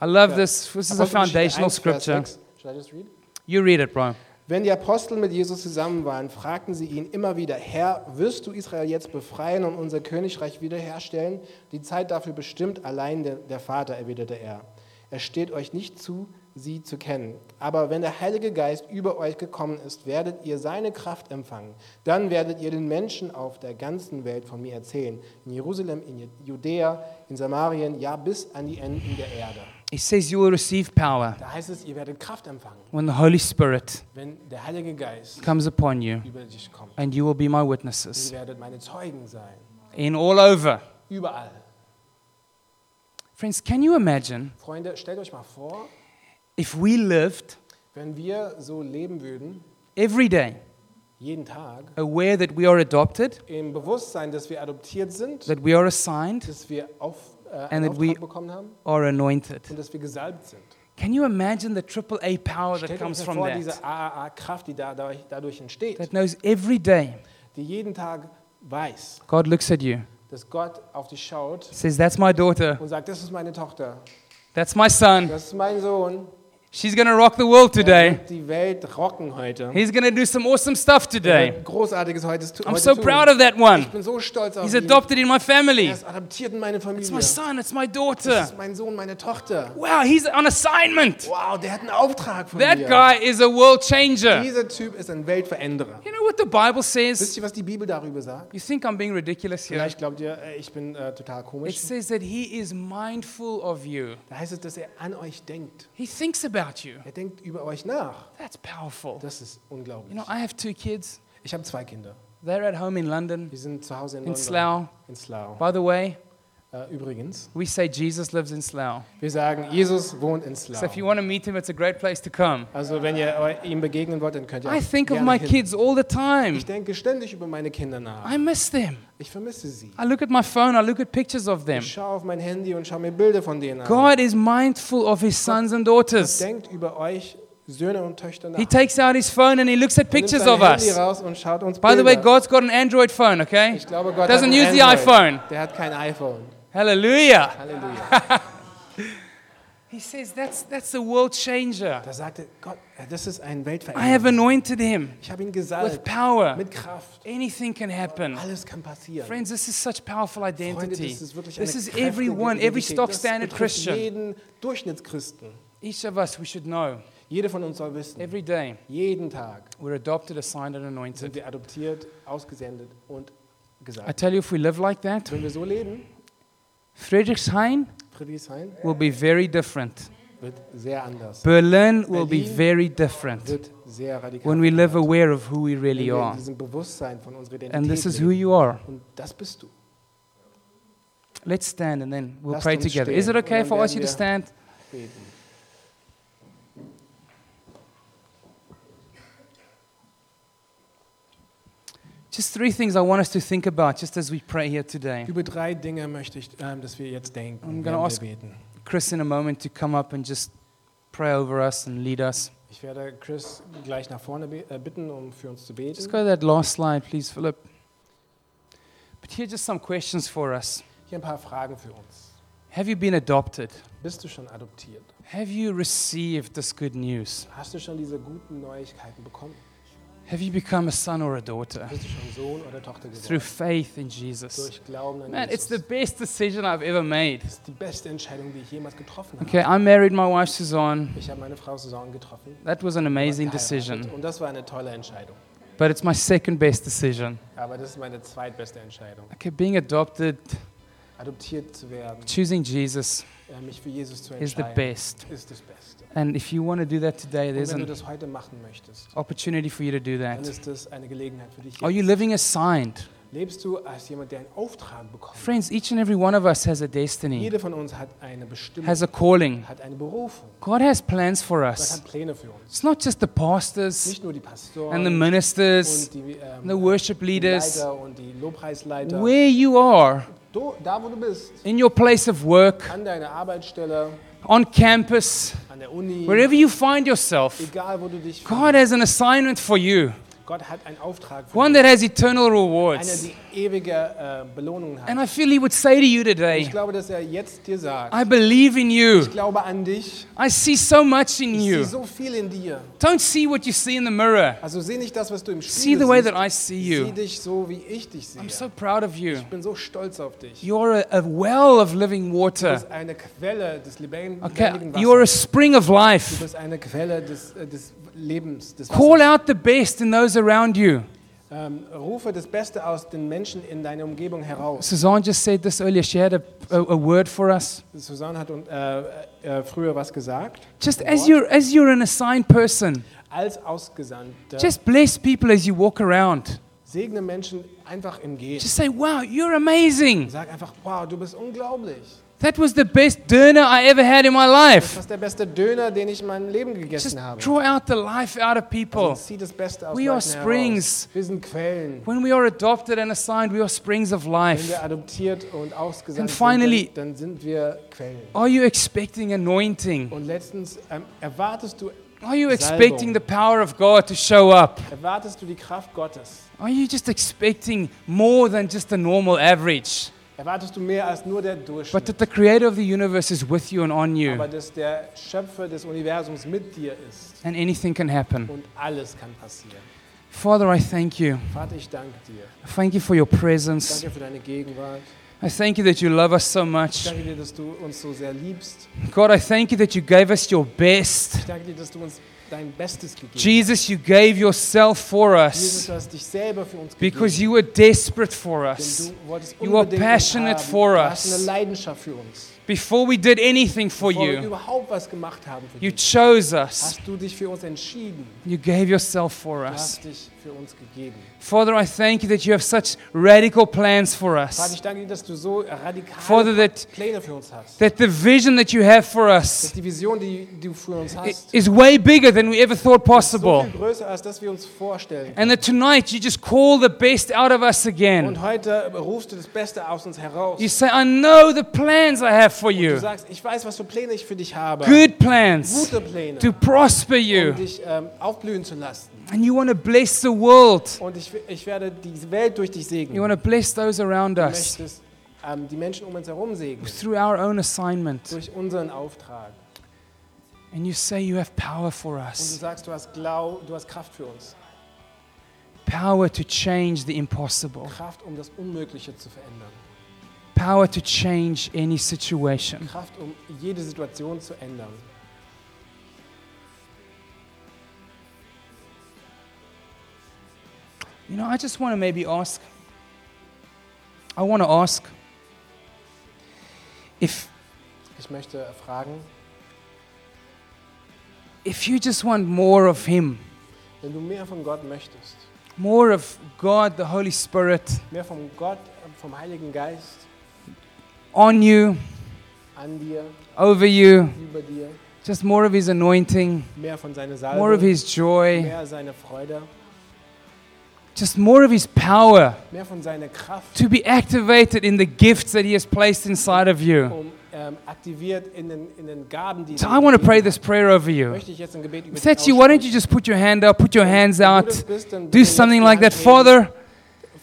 [SPEAKER 1] I love this. This is a
[SPEAKER 2] Apostelgeschichte
[SPEAKER 1] foundational
[SPEAKER 2] 1, Vers
[SPEAKER 1] scripture.
[SPEAKER 2] 6. Should I just read?
[SPEAKER 1] You read it, bro.
[SPEAKER 2] Wenn die Apostel mit Jesus zusammen waren, fragten sie ihn immer wieder, Herr, wirst du Israel jetzt befreien und unser Königreich wiederherstellen? Die Zeit dafür bestimmt allein der, der Vater, erwiderte er. Es steht euch nicht zu, sie zu kennen. Aber wenn der Heilige Geist über euch gekommen ist, werdet ihr seine Kraft empfangen. Dann werdet ihr den Menschen auf der ganzen Welt von mir erzählen. In Jerusalem, in Judäa, in Samarien, ja bis an die Enden der Erde.
[SPEAKER 1] He says you will receive power
[SPEAKER 2] Da heißt es, ihr werdet Kraft empfangen,
[SPEAKER 1] when the Holy Spirit
[SPEAKER 2] wenn der Heilige Geist
[SPEAKER 1] comes upon you,
[SPEAKER 2] über dich kommt.
[SPEAKER 1] and you will be my
[SPEAKER 2] Ihr
[SPEAKER 1] witnesses
[SPEAKER 2] werdet meine Zeugen sein.
[SPEAKER 1] in all over.
[SPEAKER 2] Überall.
[SPEAKER 1] Friends, can you imagine
[SPEAKER 2] Freunde, stellt euch mal vor,
[SPEAKER 1] if we lived
[SPEAKER 2] Wenn wir so leben würden,
[SPEAKER 1] every day
[SPEAKER 2] jeden Tag,
[SPEAKER 1] aware that we are adopted,
[SPEAKER 2] im Bewusstsein, dass wir adoptiert sind,
[SPEAKER 1] that we are assigned,
[SPEAKER 2] dass wir auf, äh,
[SPEAKER 1] And
[SPEAKER 2] einen
[SPEAKER 1] that
[SPEAKER 2] Auftrag
[SPEAKER 1] we-
[SPEAKER 2] bekommen haben
[SPEAKER 1] are anointed.
[SPEAKER 2] und dass wir gesalbt sind.
[SPEAKER 1] Can you imagine the triple A power that
[SPEAKER 2] Stellt euch
[SPEAKER 1] comes
[SPEAKER 2] mal
[SPEAKER 1] from
[SPEAKER 2] vor,
[SPEAKER 1] that?
[SPEAKER 2] diese AAA-Kraft, die da, dadurch- dadurch entsteht,
[SPEAKER 1] That knows every day
[SPEAKER 2] die jeden Tag weiß,
[SPEAKER 1] God looks at you,
[SPEAKER 2] dass Gott auf dich schaut
[SPEAKER 1] says, That's my daughter,
[SPEAKER 2] und sagt, das ist meine Tochter,
[SPEAKER 1] that's my son,
[SPEAKER 2] das ist mein Sohn,
[SPEAKER 1] she's gonna rock the world
[SPEAKER 2] der
[SPEAKER 1] today,
[SPEAKER 2] wird die Welt rocken heute.
[SPEAKER 1] he's gonna do some awesome stuff
[SPEAKER 2] Er
[SPEAKER 1] today.
[SPEAKER 2] wird Großartiges heute, tu-
[SPEAKER 1] I'm
[SPEAKER 2] heute
[SPEAKER 1] so
[SPEAKER 2] tun.
[SPEAKER 1] proud of that one.
[SPEAKER 2] Ich bin so stolz auf
[SPEAKER 1] He's
[SPEAKER 2] ihn.
[SPEAKER 1] adopted in my family.
[SPEAKER 2] Er ist adoptiert in meine Familie.
[SPEAKER 1] It's my son, it's my
[SPEAKER 2] Das
[SPEAKER 1] daughter.
[SPEAKER 2] ist mein Sohn, meine Tochter.
[SPEAKER 1] Wow, he's on assignment.
[SPEAKER 2] Wow, der hat einen Auftrag von
[SPEAKER 1] That
[SPEAKER 2] mir.
[SPEAKER 1] guy is a world changer.
[SPEAKER 2] Dieser Typ ist ein Weltveränderer.
[SPEAKER 1] You know what the Bible
[SPEAKER 2] Wisst
[SPEAKER 1] says?
[SPEAKER 2] ihr, was die Bibel darüber sagt?
[SPEAKER 1] You think I'm being ridiculous here?
[SPEAKER 2] Vielleicht glaubt ihr, äh, ich bin äh, total
[SPEAKER 1] It
[SPEAKER 2] komisch.
[SPEAKER 1] says that he is mindful of you.
[SPEAKER 2] Da heißt es, dass er an euch denkt.
[SPEAKER 1] He thinks about you.
[SPEAKER 2] Er denkt über euch nach.
[SPEAKER 1] That's powerful.
[SPEAKER 2] Das ist
[SPEAKER 1] You
[SPEAKER 2] unglaublich.
[SPEAKER 1] know, I have two kids.
[SPEAKER 2] Ich habe zwei Kinder.
[SPEAKER 1] They're at home in London,
[SPEAKER 2] Die sind zu Hause in
[SPEAKER 1] in
[SPEAKER 2] London.
[SPEAKER 1] Slough.
[SPEAKER 2] In Slough.
[SPEAKER 1] By the way,
[SPEAKER 2] Äh, übrigens,
[SPEAKER 1] we say Jesus lives in Slough.
[SPEAKER 2] wir sagen, Jesus wohnt in Slough.
[SPEAKER 1] So if you want to meet him, it's a great place to come.
[SPEAKER 2] Also wenn ihr eu- ihm begegnen wollt, dann könnt ihr
[SPEAKER 1] I
[SPEAKER 2] auch
[SPEAKER 1] think of
[SPEAKER 2] gerne
[SPEAKER 1] my
[SPEAKER 2] hin.
[SPEAKER 1] kids all the time.
[SPEAKER 2] Ich denke ständig über meine Kinder nach.
[SPEAKER 1] I miss them.
[SPEAKER 2] Ich vermisse sie.
[SPEAKER 1] I look at my phone, I look at pictures of them.
[SPEAKER 2] Ich schaue auf mein Handy und schaue mir Bilder von denen an.
[SPEAKER 1] God is mindful of his sons and
[SPEAKER 2] Gott
[SPEAKER 1] daughters.
[SPEAKER 2] denkt über euch Söhne und Töchter nach.
[SPEAKER 1] He takes out his phone and he looks at
[SPEAKER 2] Er nimmt
[SPEAKER 1] pictures
[SPEAKER 2] sein
[SPEAKER 1] of
[SPEAKER 2] Handy
[SPEAKER 1] us.
[SPEAKER 2] Raus und schaut uns
[SPEAKER 1] By the way,
[SPEAKER 2] Bilder.
[SPEAKER 1] God's got an Android phone, okay?
[SPEAKER 2] ich glaube, Gott
[SPEAKER 1] Doesn't
[SPEAKER 2] hat ein
[SPEAKER 1] use the
[SPEAKER 2] Android.
[SPEAKER 1] iPhone.
[SPEAKER 2] Der hat kein iPhone.
[SPEAKER 1] Hallelujah.
[SPEAKER 2] Halleluja.
[SPEAKER 1] He says that's that's a world changer.
[SPEAKER 2] Da sagte Gott, äh, das ist ein
[SPEAKER 1] I have
[SPEAKER 2] Weltveränderer.
[SPEAKER 1] anointed him
[SPEAKER 2] Ich habe ihn
[SPEAKER 1] with
[SPEAKER 2] gesalbt
[SPEAKER 1] power.
[SPEAKER 2] mit Kraft.
[SPEAKER 1] Anything can happen.
[SPEAKER 2] Alles kann passieren.
[SPEAKER 1] Friends, this is such powerful
[SPEAKER 2] Freunde,
[SPEAKER 1] identity.
[SPEAKER 2] das ist wirklich eine
[SPEAKER 1] This is
[SPEAKER 2] kräftige
[SPEAKER 1] everyone, every
[SPEAKER 2] Identität.
[SPEAKER 1] stock
[SPEAKER 2] Das
[SPEAKER 1] standard
[SPEAKER 2] betrifft
[SPEAKER 1] Christian.
[SPEAKER 2] Jeden Durchschnittschristen.
[SPEAKER 1] Each of us, we should know
[SPEAKER 2] Jeder von uns soll wissen,
[SPEAKER 1] every day
[SPEAKER 2] jeden Tag
[SPEAKER 1] we're adopted, assigned, and anointed.
[SPEAKER 2] sind wir adoptiert, ausgesendet und
[SPEAKER 1] I
[SPEAKER 2] gesagt.
[SPEAKER 1] tell you, if we live like that,
[SPEAKER 2] Wenn wir so leben,
[SPEAKER 1] Friedrichshain
[SPEAKER 2] Friedrichshain
[SPEAKER 1] will be very different.
[SPEAKER 2] wird sehr anders.
[SPEAKER 1] Berlin will be
[SPEAKER 2] Berlin
[SPEAKER 1] very different
[SPEAKER 2] Wird sehr radikal.
[SPEAKER 1] when we live
[SPEAKER 2] verändert.
[SPEAKER 1] aware of who we
[SPEAKER 2] Wenn
[SPEAKER 1] really
[SPEAKER 2] wir in
[SPEAKER 1] are.
[SPEAKER 2] diesem Bewusstsein von unserer Identität
[SPEAKER 1] And this is who
[SPEAKER 2] leben.
[SPEAKER 1] you are.
[SPEAKER 2] Und das bist du.
[SPEAKER 1] Let's stand and then we'll
[SPEAKER 2] Lasst
[SPEAKER 1] pray
[SPEAKER 2] uns
[SPEAKER 1] together.
[SPEAKER 2] stehen
[SPEAKER 1] Is it
[SPEAKER 2] und
[SPEAKER 1] okay if
[SPEAKER 2] dann
[SPEAKER 1] I ask you to
[SPEAKER 2] werden wir-
[SPEAKER 1] stand?
[SPEAKER 2] Beten.
[SPEAKER 1] Just three things I want us to think about just as we pray here today.
[SPEAKER 2] Über drei Dinge möchte ich, ähm, dass wir jetzt
[SPEAKER 1] I'm
[SPEAKER 2] denken,
[SPEAKER 1] gonna
[SPEAKER 2] während wir
[SPEAKER 1] ask-
[SPEAKER 2] beten.
[SPEAKER 1] Chris, in a moment, to come up and just pray over us and lead us.
[SPEAKER 2] Ich werde Chris gleich nach vorne be- äh, bitten, um für uns zu beten.
[SPEAKER 1] Just go to that last slide, please, Philip. But here are just some questions for us.
[SPEAKER 2] Hier ein paar Fragen für uns.
[SPEAKER 1] Have you been adopted?
[SPEAKER 2] Bist du schon adoptiert?
[SPEAKER 1] Have you received this good news?
[SPEAKER 2] Hast du schon diese guten Neuigkeiten bekommen?
[SPEAKER 1] Have you become a son or a daughter
[SPEAKER 2] Bist du schon Sohn oder Tochter
[SPEAKER 1] Äh. through
[SPEAKER 2] geworden?
[SPEAKER 1] faith in Jesus?
[SPEAKER 2] Durch Glauben an
[SPEAKER 1] Man, it's
[SPEAKER 2] Jesus.
[SPEAKER 1] the best decision I've ever made.
[SPEAKER 2] das ist die beste Entscheidung, die ich jemals getroffen habe.
[SPEAKER 1] Okay, I married my wife Suzanne.
[SPEAKER 2] Ich habe meine Frau Susanne getroffen.
[SPEAKER 1] That was an amazing
[SPEAKER 2] geheiratet
[SPEAKER 1] decision,
[SPEAKER 2] Und das war eine tolle Entscheidung.
[SPEAKER 1] but it's my second best decision.
[SPEAKER 2] Aber das ist meine zweitbeste Entscheidung.
[SPEAKER 1] Okay, being adopted,
[SPEAKER 2] Adoptiert zu werden,
[SPEAKER 1] choosing Jesus
[SPEAKER 2] äh, mich für Jesus zu
[SPEAKER 1] is the
[SPEAKER 2] entscheiden,
[SPEAKER 1] best.
[SPEAKER 2] ist das Beste.
[SPEAKER 1] And if you want to do that today,
[SPEAKER 2] Und
[SPEAKER 1] there's
[SPEAKER 2] wenn du
[SPEAKER 1] an
[SPEAKER 2] das heute machen möchtest,
[SPEAKER 1] opportunity for you to do
[SPEAKER 2] dann
[SPEAKER 1] that.
[SPEAKER 2] ist das eine Gelegenheit für dich.
[SPEAKER 1] Are you
[SPEAKER 2] Jetzt.
[SPEAKER 1] living assigned?
[SPEAKER 2] Lebst du als jemand, der einen Auftrag bekommt?
[SPEAKER 1] Friends, each and every one of us has a destiny,
[SPEAKER 2] Jeder von uns hat eine Bestimmung,
[SPEAKER 1] has a calling.
[SPEAKER 2] hat eine Berufung.
[SPEAKER 1] God has plans for
[SPEAKER 2] Gott
[SPEAKER 1] us.
[SPEAKER 2] hat Pläne für uns.
[SPEAKER 1] It's not just the pastors
[SPEAKER 2] Nicht nur die Pastoren
[SPEAKER 1] and the ministers
[SPEAKER 2] und die, ähm,
[SPEAKER 1] and the worship
[SPEAKER 2] die
[SPEAKER 1] leaders.
[SPEAKER 2] Leiter und die Lobpreisleiter.
[SPEAKER 1] Where you are,
[SPEAKER 2] Du, da, wo du bist,
[SPEAKER 1] in your place of work,
[SPEAKER 2] an deiner Arbeitsstelle,
[SPEAKER 1] on campus,
[SPEAKER 2] an der Uni,
[SPEAKER 1] wherever you find yourself,
[SPEAKER 2] egal wo du dich
[SPEAKER 1] God has an assignment for you,
[SPEAKER 2] Gott hat einen Auftrag für
[SPEAKER 1] one
[SPEAKER 2] dich.
[SPEAKER 1] that has eternal
[SPEAKER 2] Einer,
[SPEAKER 1] rewards.
[SPEAKER 2] die ewige äh, Belohnung hat.
[SPEAKER 1] And I feel He would say to you
[SPEAKER 2] ich
[SPEAKER 1] today,
[SPEAKER 2] glaube, dass er jetzt dir sagt,
[SPEAKER 1] I believe in you.
[SPEAKER 2] ich glaube an dich,
[SPEAKER 1] I see so much in
[SPEAKER 2] ich sehe
[SPEAKER 1] you.
[SPEAKER 2] so viel in dir.
[SPEAKER 1] Don't see what you see in the mirror.
[SPEAKER 2] Also seh nicht das, was du im Spiegel
[SPEAKER 1] See the way
[SPEAKER 2] siehst,
[SPEAKER 1] that I see
[SPEAKER 2] sieh
[SPEAKER 1] you.
[SPEAKER 2] dich so, wie ich dich sehe.
[SPEAKER 1] I'm so proud of you.
[SPEAKER 2] ich bin so stolz auf dich.
[SPEAKER 1] You're a, a well of living
[SPEAKER 2] du
[SPEAKER 1] water.
[SPEAKER 2] bist eine Quelle des lebendigen
[SPEAKER 1] Okay,
[SPEAKER 2] lebendigen
[SPEAKER 1] you're a
[SPEAKER 2] Wassers.
[SPEAKER 1] spring of
[SPEAKER 2] Du
[SPEAKER 1] life.
[SPEAKER 2] bist eine Quelle des, äh, des Lebens, des
[SPEAKER 1] Call
[SPEAKER 2] Wassers.
[SPEAKER 1] out the best in those around you.
[SPEAKER 2] Ähm, rufe das Beste aus den Menschen in deiner Umgebung heraus.
[SPEAKER 1] Suzanne just said this earlier. She had a, a, a word for us.
[SPEAKER 2] Susanne hat und, äh, äh, früher was gesagt.
[SPEAKER 1] Just
[SPEAKER 2] Ein
[SPEAKER 1] as
[SPEAKER 2] Wort.
[SPEAKER 1] you're, as you're an assigned person,
[SPEAKER 2] Als Ausgesandter
[SPEAKER 1] just bless people as you walk around.
[SPEAKER 2] segne Menschen einfach im Gehen.
[SPEAKER 1] Just say, wow, you're amazing.
[SPEAKER 2] Sag einfach, wow, du bist unglaublich.
[SPEAKER 1] That was the best dinner I ever had in my
[SPEAKER 2] Das
[SPEAKER 1] life.
[SPEAKER 2] ist der beste Döner, den ich in meinem Leben
[SPEAKER 1] Just
[SPEAKER 2] gegessen habe.
[SPEAKER 1] draw out the life out of people.
[SPEAKER 2] Also zieh das Beste aus
[SPEAKER 1] We
[SPEAKER 2] Leuten
[SPEAKER 1] are springs.
[SPEAKER 2] Heraus. Wir sind Quellen.
[SPEAKER 1] When we are adopted and assigned, we are springs of
[SPEAKER 2] Wenn
[SPEAKER 1] life.
[SPEAKER 2] wir adoptiert und ausgesandt
[SPEAKER 1] And finally-
[SPEAKER 2] sind, dann, dann sind wir Quellen.
[SPEAKER 1] Are you expecting anointing?
[SPEAKER 2] Und letztens ähm, erwartest du
[SPEAKER 1] Are you
[SPEAKER 2] Salbung.
[SPEAKER 1] expecting the power of God to show up?
[SPEAKER 2] erwartest du die Kraft Gottes.
[SPEAKER 1] Are you just expecting more than just the normal average?
[SPEAKER 2] Erwartest du mehr als nur der
[SPEAKER 1] But
[SPEAKER 2] Durchschnitt,
[SPEAKER 1] that the creator of the universe is with you and on
[SPEAKER 2] aber
[SPEAKER 1] you,
[SPEAKER 2] dass der Schöpfer des Universums mit dir ist
[SPEAKER 1] and anything can happen.
[SPEAKER 2] und alles kann passieren.
[SPEAKER 1] Father, I thank you.
[SPEAKER 2] Vater, ich danke dir.
[SPEAKER 1] I thank you for your
[SPEAKER 2] Ich
[SPEAKER 1] presence.
[SPEAKER 2] danke für deine Gegenwart.
[SPEAKER 1] I thank you that you love us so
[SPEAKER 2] Ich
[SPEAKER 1] much.
[SPEAKER 2] danke dir, dass du uns so sehr liebst.
[SPEAKER 1] God, I thank you that you gave us your best.
[SPEAKER 2] Ich danke dir, dass du uns dein Bestes gegeben hast.
[SPEAKER 1] Jesus, you gave yourself for
[SPEAKER 2] Jesus,
[SPEAKER 1] us
[SPEAKER 2] du hast dich selber für uns gegeben.
[SPEAKER 1] because you were desperate for us.
[SPEAKER 2] Denn du wolltest
[SPEAKER 1] You are
[SPEAKER 2] unbedingt uns
[SPEAKER 1] passionate
[SPEAKER 2] haben.
[SPEAKER 1] for
[SPEAKER 2] du
[SPEAKER 1] us.
[SPEAKER 2] hast eine Leidenschaft für uns.
[SPEAKER 1] Before we did anything for
[SPEAKER 2] Bevor wir
[SPEAKER 1] you,
[SPEAKER 2] überhaupt was gemacht haben für
[SPEAKER 1] you
[SPEAKER 2] dich,
[SPEAKER 1] chose us.
[SPEAKER 2] hast du dich für uns entschieden.
[SPEAKER 1] You gave yourself for
[SPEAKER 2] Du
[SPEAKER 1] us.
[SPEAKER 2] hast dich für uns gegeben.
[SPEAKER 1] Father, I thank you that you have such radical plans for
[SPEAKER 2] Vater,
[SPEAKER 1] us.
[SPEAKER 2] ich danke dir, dass du so radikale
[SPEAKER 1] Father, that-
[SPEAKER 2] Pläne für uns hast.
[SPEAKER 1] That the vision that you have for us
[SPEAKER 2] Dass die Vision, die du für uns
[SPEAKER 1] i-
[SPEAKER 2] hast,
[SPEAKER 1] is way bigger than we ever thought
[SPEAKER 2] so
[SPEAKER 1] possible.
[SPEAKER 2] viel größer als das wir uns vorstellen.
[SPEAKER 1] And that tonight you just call the best out of us again.
[SPEAKER 2] Und heute rufst du das Beste aus uns heraus.
[SPEAKER 1] You say, I know the plans I have for
[SPEAKER 2] Du
[SPEAKER 1] you.
[SPEAKER 2] sagst, ich weiß, was für Pläne ich für dich habe.
[SPEAKER 1] Good plans
[SPEAKER 2] Gute Pläne,
[SPEAKER 1] to prosper
[SPEAKER 2] um
[SPEAKER 1] you.
[SPEAKER 2] dich ähm, aufblühen zu lassen.
[SPEAKER 1] And you want to bless the world.
[SPEAKER 2] Und ich, ich werde die Welt durch dich segnen.
[SPEAKER 1] You want to bless those around
[SPEAKER 2] Du
[SPEAKER 1] us
[SPEAKER 2] möchtest ähm, die Menschen um uns herum segnen.
[SPEAKER 1] through our own assignment.
[SPEAKER 2] Durch unseren Auftrag.
[SPEAKER 1] And you say you have power for
[SPEAKER 2] Und du
[SPEAKER 1] us
[SPEAKER 2] sagst, du hast, Glau du hast Kraft für uns.
[SPEAKER 1] power to change the impossible,
[SPEAKER 2] Kraft, um das Unmögliche zu verändern.
[SPEAKER 1] power to change any situation.
[SPEAKER 2] Kraft, um jede Situation zu ändern.
[SPEAKER 1] You know, I just want to maybe ask. I want to ask if
[SPEAKER 2] Ich möchte fragen,
[SPEAKER 1] if you just want more of him,
[SPEAKER 2] wenn du mehr von Gott möchtest,
[SPEAKER 1] more of God the Holy Spirit
[SPEAKER 2] mehr von Gott, vom Heiligen Geist
[SPEAKER 1] on you,
[SPEAKER 2] an dir,
[SPEAKER 1] over you,
[SPEAKER 2] über dir,
[SPEAKER 1] just more of his anointing,
[SPEAKER 2] mehr von seiner
[SPEAKER 1] more of
[SPEAKER 2] Salbung,
[SPEAKER 1] his joy,
[SPEAKER 2] mehr seiner Freude,
[SPEAKER 1] just more of his power
[SPEAKER 2] mehr von seiner Kraft,
[SPEAKER 1] to be activated in the gifts that he has placed inside of you.
[SPEAKER 2] um ähm, aktiviert in den, in den Gaben, die
[SPEAKER 1] So
[SPEAKER 2] er
[SPEAKER 1] I want to
[SPEAKER 2] gegeben
[SPEAKER 1] pray
[SPEAKER 2] hat.
[SPEAKER 1] this prayer over you.
[SPEAKER 2] Möchte ich jetzt ein Gebet über
[SPEAKER 1] If
[SPEAKER 2] dich
[SPEAKER 1] that's you, why don't
[SPEAKER 2] aussprechen.
[SPEAKER 1] you just put your hand up, put your hands
[SPEAKER 2] Wenn du
[SPEAKER 1] out,
[SPEAKER 2] das bist, dann bitte
[SPEAKER 1] do
[SPEAKER 2] jetzt
[SPEAKER 1] something
[SPEAKER 2] die
[SPEAKER 1] like
[SPEAKER 2] Hand
[SPEAKER 1] that.
[SPEAKER 2] heben.
[SPEAKER 1] Father,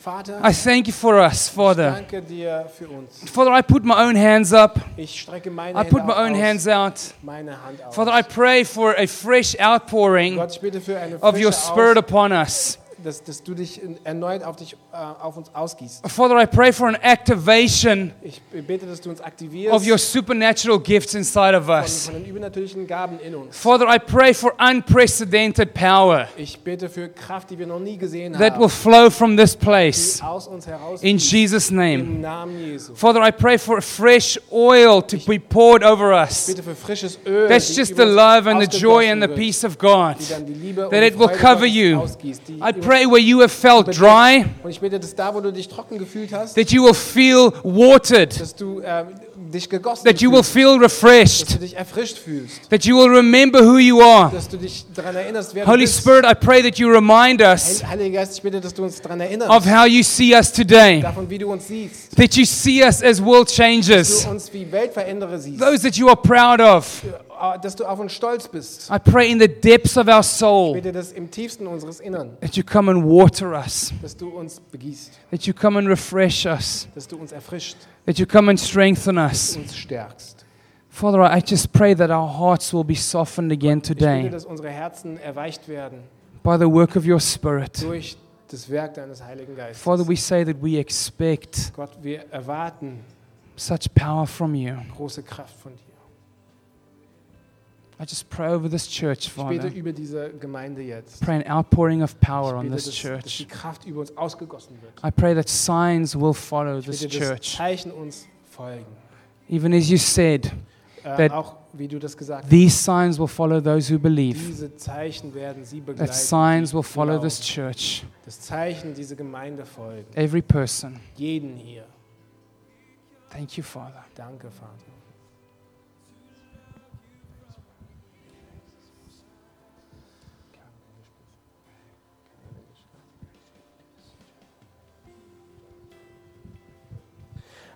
[SPEAKER 2] Vater,
[SPEAKER 1] I thank you for us,
[SPEAKER 2] ich
[SPEAKER 1] Father.
[SPEAKER 2] danke dir für uns.
[SPEAKER 1] Father, I put my own hands up.
[SPEAKER 2] Ich strecke meine
[SPEAKER 1] I
[SPEAKER 2] Hände
[SPEAKER 1] put my own
[SPEAKER 2] aus,
[SPEAKER 1] hands out.
[SPEAKER 2] meine Hand aus.
[SPEAKER 1] Father, I pray for a fresh outpouring
[SPEAKER 2] Gott, ich bitte für eine
[SPEAKER 1] of your
[SPEAKER 2] Frische
[SPEAKER 1] spirit upon us.
[SPEAKER 2] aus, dass, dass du dich in- erneut auf, dich, äh, auf uns ausgießt.
[SPEAKER 1] Father, I pray for an activation
[SPEAKER 2] Ich bete, dass du uns aktivierst
[SPEAKER 1] of your supernatural gifts inside of
[SPEAKER 2] von,
[SPEAKER 1] us.
[SPEAKER 2] von den übernatürlichen Gaben in uns.
[SPEAKER 1] Father, I pray for unprecedented power
[SPEAKER 2] Ich bete für Kraft, die wir noch nie gesehen
[SPEAKER 1] that will
[SPEAKER 2] haben,
[SPEAKER 1] flow from this
[SPEAKER 2] die
[SPEAKER 1] place
[SPEAKER 2] aus uns heraus
[SPEAKER 1] in Jesus' name.
[SPEAKER 2] im Namen Jesu.
[SPEAKER 1] Father, I pray for fresh oil to be poured over us.
[SPEAKER 2] Bitte für frisches Öl,
[SPEAKER 1] That's
[SPEAKER 2] die
[SPEAKER 1] just
[SPEAKER 2] über
[SPEAKER 1] the
[SPEAKER 2] uns
[SPEAKER 1] love and the joy
[SPEAKER 2] ausgegossen
[SPEAKER 1] and the
[SPEAKER 2] wird,
[SPEAKER 1] peace of God.
[SPEAKER 2] die dann die Liebe und
[SPEAKER 1] that
[SPEAKER 2] die
[SPEAKER 1] it will
[SPEAKER 2] Freude
[SPEAKER 1] cover
[SPEAKER 2] Gottes
[SPEAKER 1] you.
[SPEAKER 2] ausgießt, die
[SPEAKER 1] I
[SPEAKER 2] über-
[SPEAKER 1] pray where you have felt
[SPEAKER 2] bedeckt.
[SPEAKER 1] dry,
[SPEAKER 2] Und ich bete, dass da, wo du dich trocken gefühlt hast,
[SPEAKER 1] that you will feel watered,
[SPEAKER 2] dass du ähm, dich gegossen
[SPEAKER 1] that you will
[SPEAKER 2] fühlst,
[SPEAKER 1] feel
[SPEAKER 2] dass du
[SPEAKER 1] refreshed,
[SPEAKER 2] dich erfrischt fühlst,
[SPEAKER 1] that you will remember who you are.
[SPEAKER 2] dass du dich daran erinnerst, wer du
[SPEAKER 1] Holy
[SPEAKER 2] bist.
[SPEAKER 1] Spirit, I pray that you remind us
[SPEAKER 2] Heil- Heiliger Geist, ich bitte, dass du uns daran
[SPEAKER 1] of
[SPEAKER 2] erinnerst,
[SPEAKER 1] how you see us today,
[SPEAKER 2] davon, wie du uns siehst,
[SPEAKER 1] that you see us as world
[SPEAKER 2] dass
[SPEAKER 1] changers,
[SPEAKER 2] du uns wie Weltveränderer siehst,
[SPEAKER 1] those that you are proud of.
[SPEAKER 2] äh, dass du auf uns stolz bist.
[SPEAKER 1] I pray in the depths of our soul
[SPEAKER 2] Bitte das im tiefsten unseres Innern,
[SPEAKER 1] that you come and water us,
[SPEAKER 2] dass du uns begießt,
[SPEAKER 1] that you come and refresh us,
[SPEAKER 2] dass du uns erfrischt,
[SPEAKER 1] that you come and strengthen us.
[SPEAKER 2] uns stärkst.
[SPEAKER 1] Father, I just pray that our hearts will be softened again
[SPEAKER 2] Ich bitte,
[SPEAKER 1] today
[SPEAKER 2] dass unsere Herzen erweicht werden
[SPEAKER 1] by the work of your Spirit.
[SPEAKER 2] durch das Werk deines Heiligen
[SPEAKER 1] Father,
[SPEAKER 2] Geistes.
[SPEAKER 1] we say that we expect
[SPEAKER 2] Gott, wir erwarten
[SPEAKER 1] such power from you.
[SPEAKER 2] große Kraft von dir.
[SPEAKER 1] I just pray over this church,
[SPEAKER 2] Ich bete
[SPEAKER 1] Father.
[SPEAKER 2] über diese Gemeinde jetzt.
[SPEAKER 1] Pray an outpouring of
[SPEAKER 2] Ich
[SPEAKER 1] power on
[SPEAKER 2] bete,
[SPEAKER 1] this
[SPEAKER 2] dass, dass die
[SPEAKER 1] church.
[SPEAKER 2] Kraft über uns ausgegossen wird.
[SPEAKER 1] I pray that signs will follow
[SPEAKER 2] Ich
[SPEAKER 1] this
[SPEAKER 2] bitte, dass
[SPEAKER 1] church.
[SPEAKER 2] Zeichen uns folgen.
[SPEAKER 1] Even as you said,
[SPEAKER 2] Äh,
[SPEAKER 1] That-
[SPEAKER 2] auch wie du das gesagt hast,
[SPEAKER 1] these signs will follow those who believe.
[SPEAKER 2] diese Zeichen werden sie begleiten.
[SPEAKER 1] That signs
[SPEAKER 2] die
[SPEAKER 1] will follow
[SPEAKER 2] glauben.
[SPEAKER 1] this church.
[SPEAKER 2] Das Zeichen diese Gemeinde folgen.
[SPEAKER 1] Every person.
[SPEAKER 2] Jeden hier.
[SPEAKER 1] Thank you, Father.
[SPEAKER 2] Danke, Vater.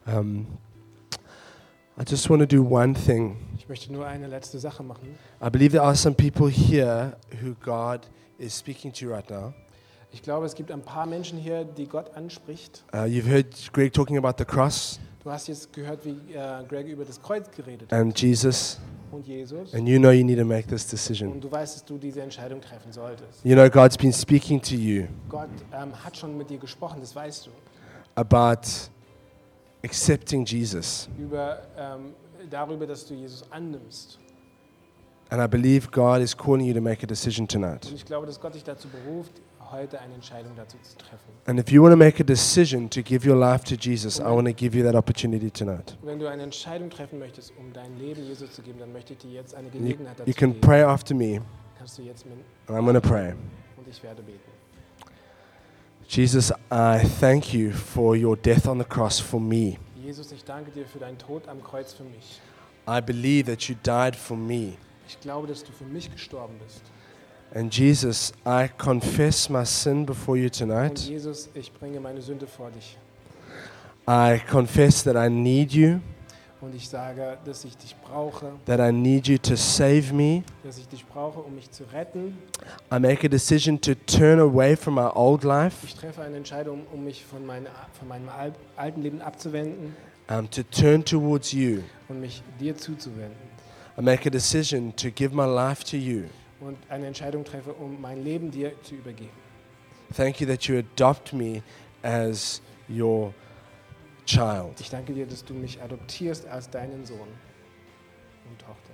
[SPEAKER 3] Um, I just want to do one thing.
[SPEAKER 2] Ich möchte nur eine letzte Sache machen.
[SPEAKER 3] I believe there are some people here who God is speaking to right now.
[SPEAKER 2] Ich glaube, es gibt ein paar Menschen hier, die Gott anspricht.
[SPEAKER 3] Uh, you've heard Greg talking about the cross
[SPEAKER 2] Du hast jetzt gehört, wie äh, Greg über das Kreuz geredet hat
[SPEAKER 3] and Jesus,
[SPEAKER 2] und Jesus.
[SPEAKER 3] and you know you need to make this decision.
[SPEAKER 2] Und du weißt, dass du diese Entscheidung treffen solltest.
[SPEAKER 3] You know, God's been speaking to you
[SPEAKER 2] Gott ähm, hat schon mit dir gesprochen, das weißt du.
[SPEAKER 3] about accepting Jesus.
[SPEAKER 2] Über, ähm, darüber, dass du Jesus annimmst.
[SPEAKER 3] And I believe God is calling you to make a decision
[SPEAKER 2] Und
[SPEAKER 3] tonight.
[SPEAKER 2] ich glaube, dass Gott dich dazu beruft, heute eine Entscheidung dazu zu treffen.
[SPEAKER 3] And if you want to make a decision to give your life to Jesus, I want to give you that opportunity tonight.
[SPEAKER 2] Wenn du eine Entscheidung treffen möchtest, um dein Leben Jesus zu geben, dann möchte ich dir jetzt eine
[SPEAKER 3] And you,
[SPEAKER 2] Gelegenheit dazu
[SPEAKER 3] you can
[SPEAKER 2] geben.
[SPEAKER 3] pray after me,
[SPEAKER 2] Kannst du jetzt mit
[SPEAKER 3] and I'm going to pray.
[SPEAKER 2] und ich werde beten.
[SPEAKER 3] Jesus, I thank you for your death on the cross for me.
[SPEAKER 2] Jesus, ich danke dir für deinen Tod am Kreuz für mich.
[SPEAKER 3] I believe that you died for me.
[SPEAKER 2] Ich glaube, dass du für mich gestorben bist.
[SPEAKER 3] And Jesus, I confess my sin before you
[SPEAKER 2] Und
[SPEAKER 3] tonight.
[SPEAKER 2] Jesus, ich bringe meine Sünde vor dich.
[SPEAKER 3] I confess that I need you,
[SPEAKER 2] Und ich sage, dass ich dich brauche,
[SPEAKER 3] that I need you to save me.
[SPEAKER 2] dass ich dich brauche, um mich zu retten.
[SPEAKER 3] I make a decision to turn away from my old life,
[SPEAKER 2] Ich treffe eine Entscheidung, um mich von, meinen- von meinem al- alten Leben abzuwenden
[SPEAKER 3] um, to turn towards you.
[SPEAKER 2] und mich dir zuzuwenden.
[SPEAKER 3] I make a decision to give my life to you.
[SPEAKER 2] Und eine Entscheidung treffe, um mein Leben dir zu übergeben.
[SPEAKER 3] Thank you that you adopt me as your child.
[SPEAKER 2] Ich danke dir, dass du mich adoptierst als deinen Sohn und Tochter.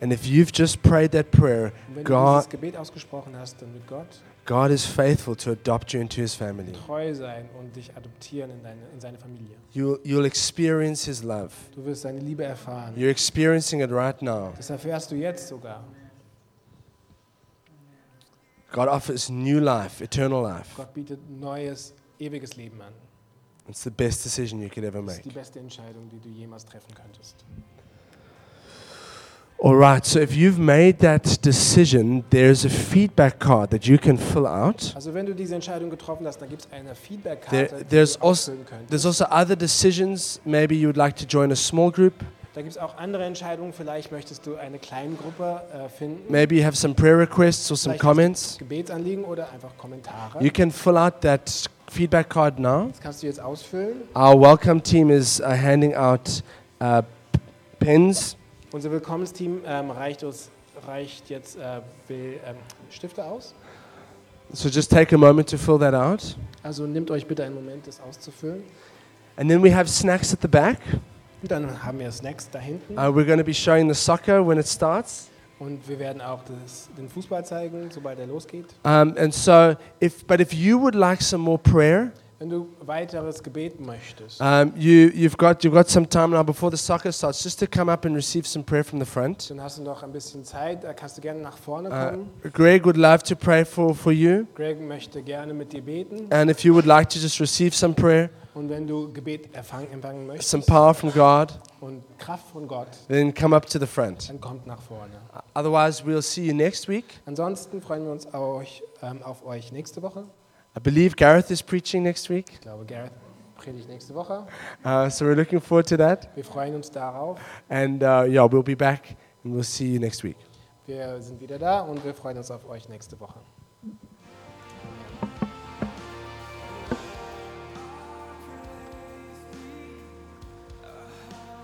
[SPEAKER 3] And if you've just prayed that prayer,
[SPEAKER 2] Und wenn du
[SPEAKER 3] God-
[SPEAKER 2] dieses Gebet ausgesprochen hast, dann wird Gott
[SPEAKER 3] God is faithful to adopt you into his family.
[SPEAKER 2] treu sein und dich adoptieren in, deine, in seine Familie.
[SPEAKER 3] You'll, you'll experience his love.
[SPEAKER 2] Du wirst seine Liebe erfahren.
[SPEAKER 3] You're experiencing it right now.
[SPEAKER 2] Das erfährst du jetzt sogar.
[SPEAKER 3] God offers new life, eternal life.
[SPEAKER 2] Gott bietet neues, ewiges Leben an.
[SPEAKER 3] It's the best decision you could ever
[SPEAKER 2] Das ist
[SPEAKER 3] make.
[SPEAKER 2] die beste Entscheidung, die du jemals treffen könntest.
[SPEAKER 3] All right, so if you've made that decision, there's a feedback card that you can fill out.
[SPEAKER 2] Also wenn du diese Entscheidung getroffen hast, dann gibt es eine
[SPEAKER 3] There-
[SPEAKER 2] Feedback-Karte, die
[SPEAKER 3] there's
[SPEAKER 2] du
[SPEAKER 3] also-
[SPEAKER 2] ausfüllen
[SPEAKER 3] There's
[SPEAKER 2] könntest.
[SPEAKER 3] also other decisions. Maybe you would like to join a small group.
[SPEAKER 2] Da gibt es auch andere Entscheidungen. Vielleicht möchtest du eine Kleingruppe äh, finden,
[SPEAKER 3] Maybe you have some prayer requests or some
[SPEAKER 2] Vielleicht-
[SPEAKER 3] comments.
[SPEAKER 2] Gebetsanliegen oder einfach Kommentare.
[SPEAKER 3] You can fill out that feedback card now.
[SPEAKER 2] Das kannst du jetzt ausfüllen.
[SPEAKER 3] Our welcome team is uh, handing out uh, p- pens.
[SPEAKER 2] Unser Willkommensteam ähm, reicht, uns, reicht jetzt äh, Will, ähm, Stifte aus.
[SPEAKER 3] So just take a moment to fill that out.
[SPEAKER 2] Also nehmt euch bitte einen Moment, das auszufüllen.
[SPEAKER 3] And then we have snacks at the back.
[SPEAKER 2] Und dann haben wir Snacks da hinten.
[SPEAKER 3] Uh, we're going to be showing the soccer when it starts.
[SPEAKER 2] Und wir werden auch das, den Fußball zeigen, sobald er losgeht.
[SPEAKER 3] Um, and so, if but if you would like some more prayer,
[SPEAKER 2] Wenn du weiteres Gebet möchtest,
[SPEAKER 3] um, you you've got you've got some time now before the soccer starts, just to come up and receive some prayer from the front.
[SPEAKER 2] dann hast du noch ein bisschen Zeit. Da kannst du gerne nach vorne
[SPEAKER 3] Uh,
[SPEAKER 2] kommen.
[SPEAKER 3] Greg would love to pray for for you,
[SPEAKER 2] Greg möchte gerne mit dir beten.
[SPEAKER 3] and if you would like to just receive some prayer,
[SPEAKER 2] Und wenn du Gebet erfang, empfangen möchtest
[SPEAKER 3] some power from God,
[SPEAKER 2] und Kraft von Gott,
[SPEAKER 3] then come up to the front.
[SPEAKER 2] dann kommt nach vorne.
[SPEAKER 3] Otherwise, we'll see you next week.
[SPEAKER 2] Ansonsten freuen wir uns auf euch, ähm, auf euch nächste Woche.
[SPEAKER 3] I believe Gareth is preaching next week,
[SPEAKER 2] Ich glaube, Gareth predigt nächste Woche.
[SPEAKER 3] uh, so we're looking forward to that.
[SPEAKER 2] Wir freuen uns darauf.
[SPEAKER 3] And uh, yeah, we'll be back, and we'll see you next week.
[SPEAKER 2] Wir sind wieder da und wir freuen uns auf euch nächste Woche.